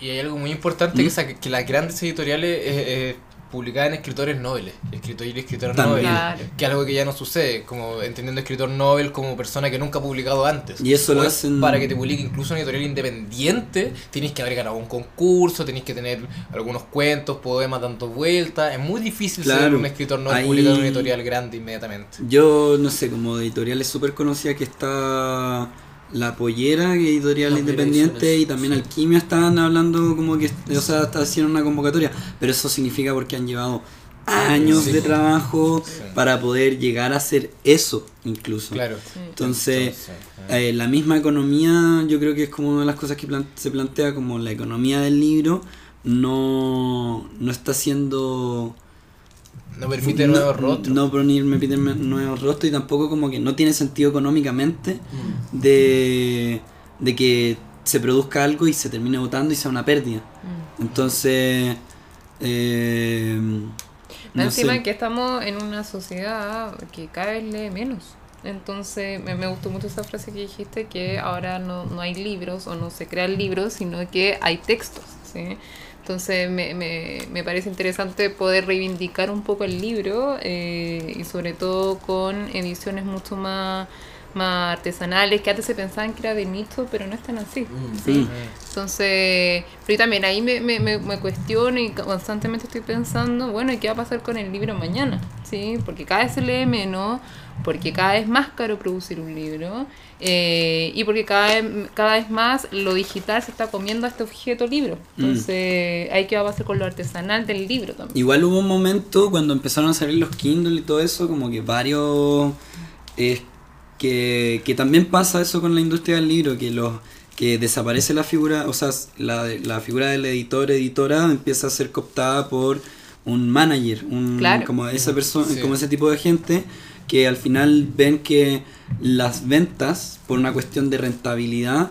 S1: Y hay algo muy importante
S3: ¿Mm?
S1: que, sa- que las grandes editoriales eh, eh, publicaban escritores nobles, escritor y escritoras
S3: También.
S1: nobles,
S4: Claro.
S1: que es algo que ya no sucede, como entendiendo escritor novel como persona que nunca ha publicado antes.
S3: Y eso lo
S1: Hoy,
S3: hacen-
S1: Para que te publique incluso una editorial independiente, tienes que haber ganado un concurso, tienes que tener algunos cuentos, poemas dando vueltas. Es muy difícil ser
S3: Claro.
S1: un escritor novel
S3: Ahí-
S1: publicado en una editorial grande inmediatamente.
S3: Yo no sé, como de editoriales súper conocidas que está La Pollera, que es editorial
S2: La Pollera
S3: independiente,
S2: Ediciones,
S3: y también Alquimia estaban hablando como que, o sea, está haciendo una convocatoria, pero eso significa porque han llevado años
S1: Sí.
S3: de trabajo
S1: Sí.
S3: para poder llegar a hacer eso incluso.
S1: Claro.
S3: Entonces,
S1: Entonces,
S3: eh, la misma economía, yo creo que es como una de las cosas que plan- se plantea como la economía del libro no, no está siendo
S1: no permite nuevos rostros.
S3: no ponerme Peter me- nuevos rostros y tampoco como que no tiene sentido económicamente de, de que se produzca algo y se termine votando y sea una pérdida.
S4: Mm.
S3: Entonces, eh,
S4: Más
S3: no
S4: Encima
S3: sé.
S4: que estamos en una sociedad que cada vez lee menos. Entonces me, me gustó mucho esa frase que dijiste, que ahora no, no hay libros o no se crean libros, sino que hay textos. ¿sí? Entonces me, me, me parece interesante poder reivindicar un poco el libro eh, y sobre todo con ediciones mucho más más artesanales, que antes se pensaban que era de nicho, pero no es tan así.
S2: Mm.
S3: Sí.
S4: Entonces, pero yo también ahí me, me, me, me cuestiono y constantemente estoy pensando, bueno, ¿y qué va a pasar con el libro mañana? ¿Sí? Porque cada vez se lee menos, porque cada vez es más caro producir un libro eh, y porque cada vez, cada vez más lo digital se está comiendo a este objeto libro.
S2: Mm.
S4: Entonces, ahí qué va a pasar con lo artesanal del libro también.
S3: Igual hubo un momento cuando empezaron a salir los Kindle y todo eso, como que varios... eh, que, que también pasa eso con la industria del libro, que los que desaparece la figura, o sea, la, la figura del editor, editora, empieza a ser cooptada por un manager, un,
S4: Claro.
S3: como esa persona,
S1: Sí.
S3: como ese tipo de gente que al final ven que las ventas, por una cuestión de rentabilidad,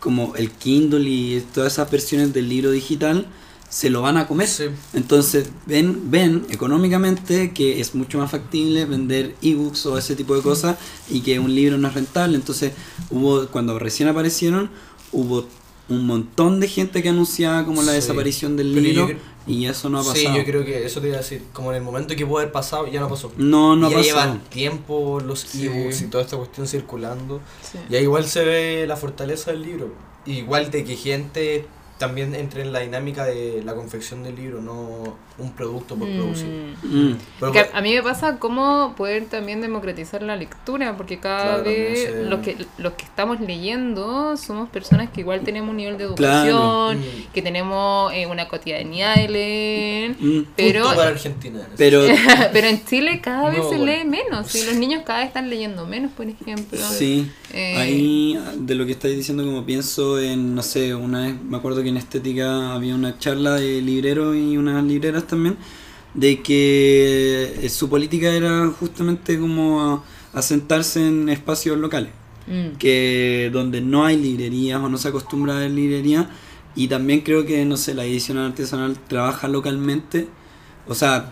S3: como el Kindle y todas esas versiones del libro digital, se lo van a comer.
S2: Sí.
S3: Entonces ven, ven económicamente que es mucho más factible vender ebooks o ese tipo de cosas y que un libro no es rentable. Entonces hubo, cuando recién aparecieron, hubo un montón de gente que anunciaba como la
S2: Sí.
S3: desaparición del
S2: Pero yo
S3: libro y eso no ha pasado.
S2: Sí, yo creo que eso te iba a decir. Como en el momento que pudo haber pasado, ya no pasó.
S3: No, no ha
S2: ya
S3: pasado.
S2: llevan tiempo los
S1: Sí.
S2: ebooks y toda esta cuestión circulando.
S4: Sí.
S2: Y ahí igual se ve la fortaleza del libro. Igual de que gente también entre en la dinámica de la confección del libro, no un producto por producir.
S4: Mm.
S3: Mm.
S2: Pero
S4: Que
S2: pues,
S4: a a mí me pasa cómo poder también democratizar la lectura, porque cada
S2: Claro, también
S4: vez
S2: se-
S4: los que los que estamos leyendo somos personas que igual tenemos un nivel de
S3: Claro.
S4: educación,
S2: Mm.
S4: que tenemos eh, una cotidianidad de leer,
S3: Mm.
S4: pero
S2: punto para Argentina. en eso.
S3: Pero
S4: pero en Chile cada vez
S1: No,
S4: se
S1: bueno.
S4: lee menos, y los niños cada vez están leyendo menos, por ejemplo.
S3: sí.
S4: Eh,
S3: Ahí, de lo que estáis diciendo, como pienso en, no sé, una vez me acuerdo que en estética había una charla de libreros y unas libreras también, de que eh, su política era justamente como a- asentarse en espacios locales,
S4: Mm.
S3: que donde no hay librerías o no se acostumbra a ver librería, y también creo que, no sé, la edición artesanal trabaja localmente, o sea,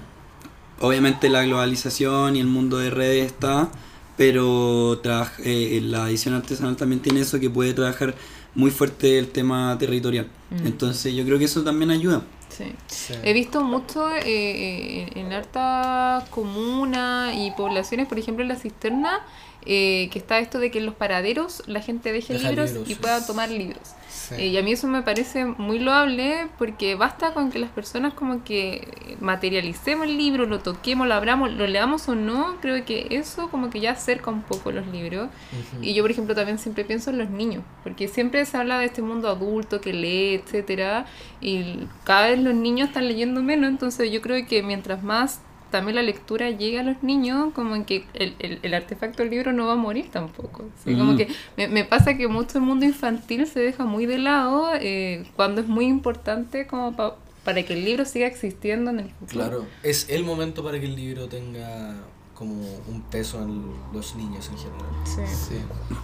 S3: obviamente la globalización y el mundo de redes está, pero traj- eh, la edición artesanal también tiene eso que puede trabajar muy fuerte el tema territorial.
S4: Mm.
S3: Entonces yo creo que eso también ayuda.
S4: sí.
S1: Sí.
S4: He visto mucho eh, eh, en, en hartas comunas y poblaciones, por ejemplo en la cisterna, eh, que está esto de que en los paraderos la gente deje
S2: Deja
S4: libros
S2: libros,
S4: y
S2: sí.
S4: pueda tomar libros.
S1: Sí.
S4: Eh, y a mí eso me parece muy loable porque basta con que las personas como que materialicemos el libro, lo toquemos, lo abramos, lo leamos o no, creo que eso como que ya acerca un poco los libros.
S2: Ujú.
S4: Y yo, por ejemplo, también siempre pienso en los niños, porque siempre se habla de este mundo adulto que lee, etcétera, y cada vez los niños están leyendo menos, entonces yo creo que mientras más también la lectura llega a los niños, como que el, el, el artefacto del libro no va a morir tampoco. O sea, Como
S3: Mm.
S4: que me, me pasa que mucho el mundo infantil se deja muy de lado eh, cuando es muy importante como pa- para que el libro siga existiendo en el futuro.
S2: Claro, es el momento para que el libro tenga como un peso en los niños en general.
S4: Sí.
S1: Sí.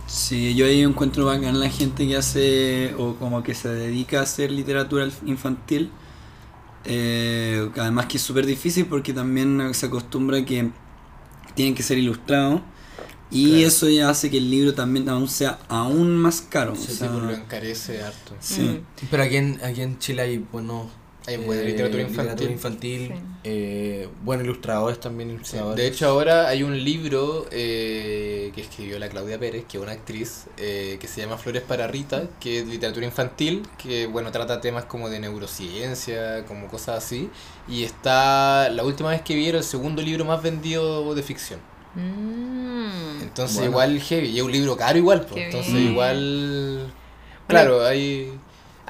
S3: Sí, yo ahí encuentro bacán la gente que hace o como que se dedica a hacer literatura inf- infantil. Eh, que además que es súper difícil porque también se acostumbra que tienen que ser ilustrados. Y
S1: Claro.
S3: eso ya hace que el libro también aún sea aún más caro. o
S1: Sí,
S3: sea,
S1: pues lo encarece harto.
S3: sí.
S4: Mm.
S2: Pero aquí en, aquí en Chile hay bueno eh,
S1: Hay buena literatura infantil.
S2: infantil,
S4: Sí.
S2: eh, buenos ilustradores también.
S1: Sí,
S2: Ilustradores.
S1: De hecho, ahora hay un libro eh, que escribió la Claudia Pérez, que es una actriz, eh, que se llama Flores para Rita, que es literatura infantil, que bueno, trata temas como de neurociencia, como cosas así. Y está, la última vez que vi era el segundo libro más vendido de ficción.
S4: Mm.
S1: Entonces,
S2: Bueno.
S1: igual heavy, y es un libro caro igual. po.
S4: Qué
S1: Entonces,
S4: bien.
S1: igual. Claro, hay.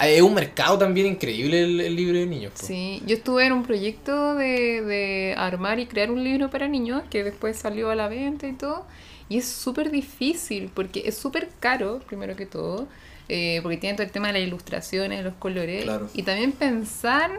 S1: hay- Es un mercado también increíble el, el libro de niños. pues. po.
S4: Sí, yo estuve en un proyecto de, de armar y crear un libro para niños que después salió a la venta y todo. Y es súper difícil porque es súper caro, primero que todo, eh, porque tiene todo el tema de las ilustraciones, los colores.
S2: Claro.
S4: Y también pensar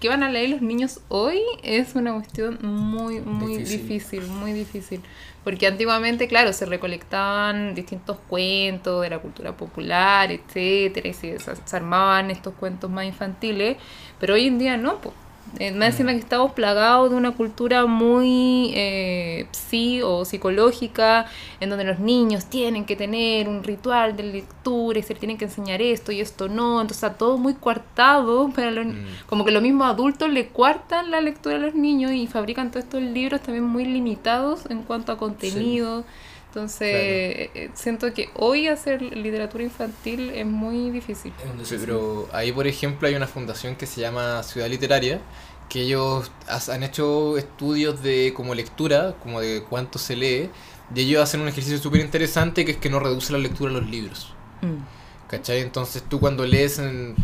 S4: que van a leer los niños hoy es una cuestión muy, muy
S2: Difícil.
S4: difícil, muy difícil. Porque antiguamente, claro, se recolectaban distintos cuentos de la cultura popular, etcétera, y se, se- se armaban estos cuentos más infantiles, pero hoy en día no, po. Eh, Más encima que estamos plagados de una cultura muy eh, psi o psicológica, en donde los niños tienen que tener un ritual de lectura y se tienen que enseñar esto y esto no, entonces está todo muy coartado para los,
S1: Mm.
S4: como que los mismos adultos le cuartan la lectura a los niños y fabrican todos estos libros también muy limitados en cuanto a contenido. Entonces, eh, siento que hoy hacer literatura infantil es muy difícil.
S2: Es un desafío.
S1: Pero ahí, por ejemplo, hay una fundación que se llama Ciudad Literaria, que ellos has- han hecho estudios de como lectura, como de cuánto se lee, y ellos hacen un ejercicio súper interesante que es que no reduce la lectura a los libros.
S4: Mm,
S1: ¿Cachai? Entonces tú cuando lees en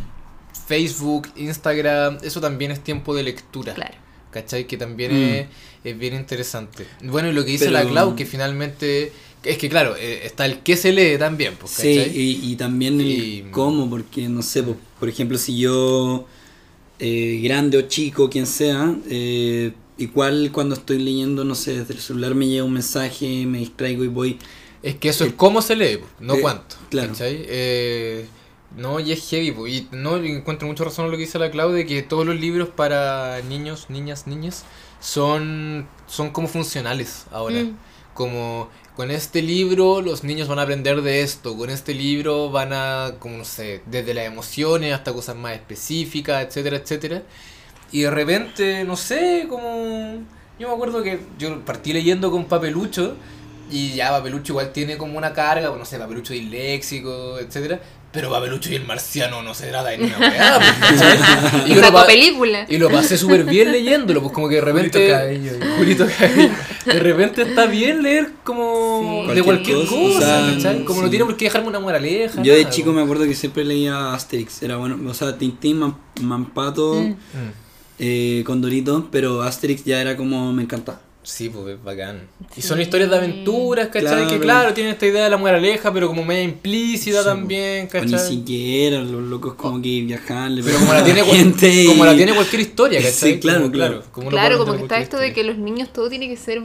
S1: Facebook, Instagram, eso también es tiempo de lectura.
S4: Claro.
S1: ¿Cachai? Que también
S3: Mm.
S1: es, es bien interesante. Bueno, y lo que dice
S3: Pero- mm.
S1: la Clau, que finalmente... Es que claro, eh, está el que se lee también, pues,
S3: Sí,
S1: ¿cachai?
S3: y, y también el
S1: Y-
S3: cómo, porque no sé, po- por ejemplo, si yo, eh, grande o chico, quien sea, eh, igual cuando estoy leyendo, no sé, desde el celular me llega un mensaje, me distraigo y voy.
S1: Es que eso es cómo se lee, po, no
S3: eh,
S1: cuánto.
S3: claro.
S1: ¿cachai? Eh, no, y es heavy. po, Y no y encuentro mucho razón a lo que dice la Claudia, que todos los libros para niños, niñas, niñas, son, son como funcionales ahora.
S4: Mm.
S1: Como con este libro los niños van a aprender de esto, con este libro van a, como no sé, desde las emociones hasta cosas más específicas, etcétera, etcétera. Y de repente, no sé, como... Yo me acuerdo que yo partí leyendo con Papelucho y ya Papelucho igual tiene como una carga, no sé, Papelucho disléxico, etcétera. Pero Papelucho y el marciano no se trata de ni una weá, pues, ¿cachai?
S4: Y
S1: yo lo
S4: sacó
S1: pa-
S4: película.
S1: y lo pasé súper bien leyéndolo, pues como que de
S2: Julito
S1: repente...
S2: Cabello, güey.
S1: Julito Cabello. De repente está bien leer como
S4: Sí.
S1: de cualquier
S3: Cualquier
S1: cosa,
S3: cosa, o sea,
S1: ¿cachai? Como no
S3: sí.
S1: tiene por qué dejarme una moraleja.
S3: Yo de
S1: nada,
S3: chico
S1: güey.
S3: me acuerdo que siempre leía Asterix, era bueno, o sea, Tintín, Man- Mampato,
S4: Mm.
S1: Mm.
S3: eh, Condorito, pero Asterix ya era como me encantaba.
S1: Sí, pues es bacán. Y
S4: Sí.
S1: son historias de aventuras, ¿cachai? Que
S3: Claro.
S1: claro, tienen esta idea de la moraleja, pero como media implícita
S3: Sí,
S1: también,
S3: O Pues ni
S1: ¿cachai?
S3: siquiera, los locos como que viajaban, le
S1: Oh. Pero como la tiene,
S3: pegaban a
S1: cual-
S3: gente
S1: como la
S3: y-
S1: tiene cualquier historia, ¿cachai?
S3: Sí, claro,
S1: Como,
S3: claro.
S1: Como uno
S4: Claro,
S1: puede
S4: como que está
S1: contar
S4: esto
S1: cualquier
S4: de que
S1: historia.
S4: los niños todo tiene que ser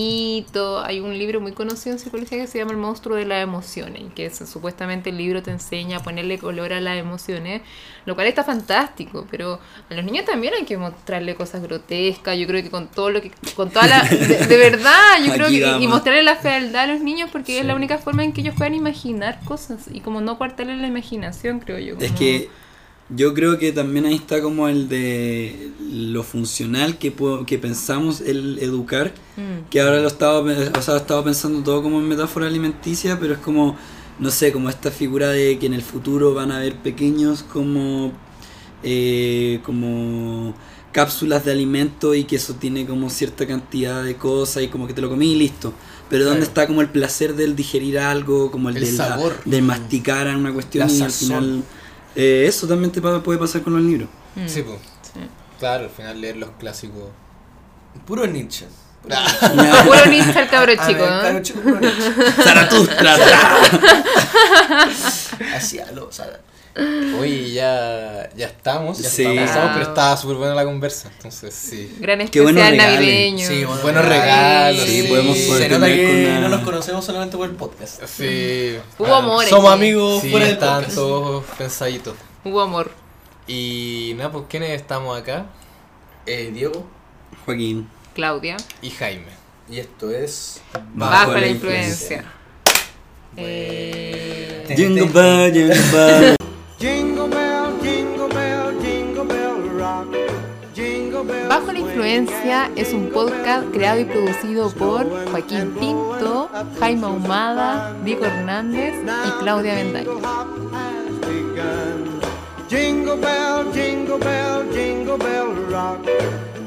S4: bonito. Hay un libro muy conocido en psicología que se llama El monstruo de las emociones, en que se- supuestamente el libro te enseña a ponerle color a las emociones, lo cual está fantástico, pero a los niños también hay que mostrarle cosas grotescas. Yo creo que con todo lo que con toda la de, de verdad, yo creo
S3: Aquí
S4: que y
S3: vamos.
S4: mostrarle la fealdad a los niños porque es
S1: Sí.
S4: la única forma en que ellos puedan imaginar cosas y como no coartarle la imaginación, creo yo.
S3: Es
S4: como-
S3: que yo creo que también ahí está como el de lo funcional que, puedo- que pensamos el educar,
S4: Mm.
S3: que ahora lo estaba, pe- o sea, estaba pensando todo como en metáfora alimenticia, pero es como, no sé, como esta figura de que en el futuro van a haber pequeños como, eh, como cápsulas de alimento y que eso tiene como cierta cantidad de cosas y como que te lo comí y listo. Pero ¿dónde
S1: Claro.
S3: está como el placer del digerir algo, como el,
S1: El
S3: del,
S1: sabor.
S3: del masticar una cuestión
S1: La
S3: y al
S1: sazón.
S3: final... eh, eso también te pa- puede pasar con los libros.
S4: Mm.
S1: Sí, pues.
S4: Sí.
S1: Claro, al final leer los clásicos.
S2: Puro Nietzsche.
S4: Puro ninja el cabro
S2: Ah,
S4: chico, ¿no?
S2: claro, chico, puro Nietzsche.
S3: Zaratustra.
S2: Así hablo, o sea,
S1: Oye, ya, ya estamos, ya
S3: Sí.
S1: estamos, estamos, pero
S4: Ah.
S1: estaba súper buena la conversa, entonces sí.
S4: Gran
S3: Qué
S4: especial
S3: buenos regales.
S4: navideño.
S2: Sí, bueno,
S1: Buenos regalos.
S4: Sí,
S3: podemos poder
S2: Se nota que
S3: terminar con una-
S2: no nos conocemos solamente por el podcast.
S1: Sí.
S4: Hubo
S1: Ah,
S4: amor. Ahora
S2: Somos
S4: sí.
S2: amigos
S1: Sí,
S2: fuera del
S1: estaban
S2: podcast.
S1: todos pensaditos.
S4: Hubo amor.
S1: Y nada, pues ¿quiénes estamos acá?
S2: Eh, Diego,
S3: Joaquín.
S4: Claudia,
S1: Y Jaime.
S2: y esto es.
S4: bajo, la, influencia. Eh,
S3: Jingle bell, jingle bell.
S5: Jingle bell, jingle bell, jingle bell rock. Jingle bell.
S4: Bajo la influencia es un podcast creado y producido por Joaquín Pinto, Jaime Ahumada, Diego Hernández y Claudia Vendaño.
S5: Jingle hop has begun. Jingle bell, jingle bell, jingle bell rock.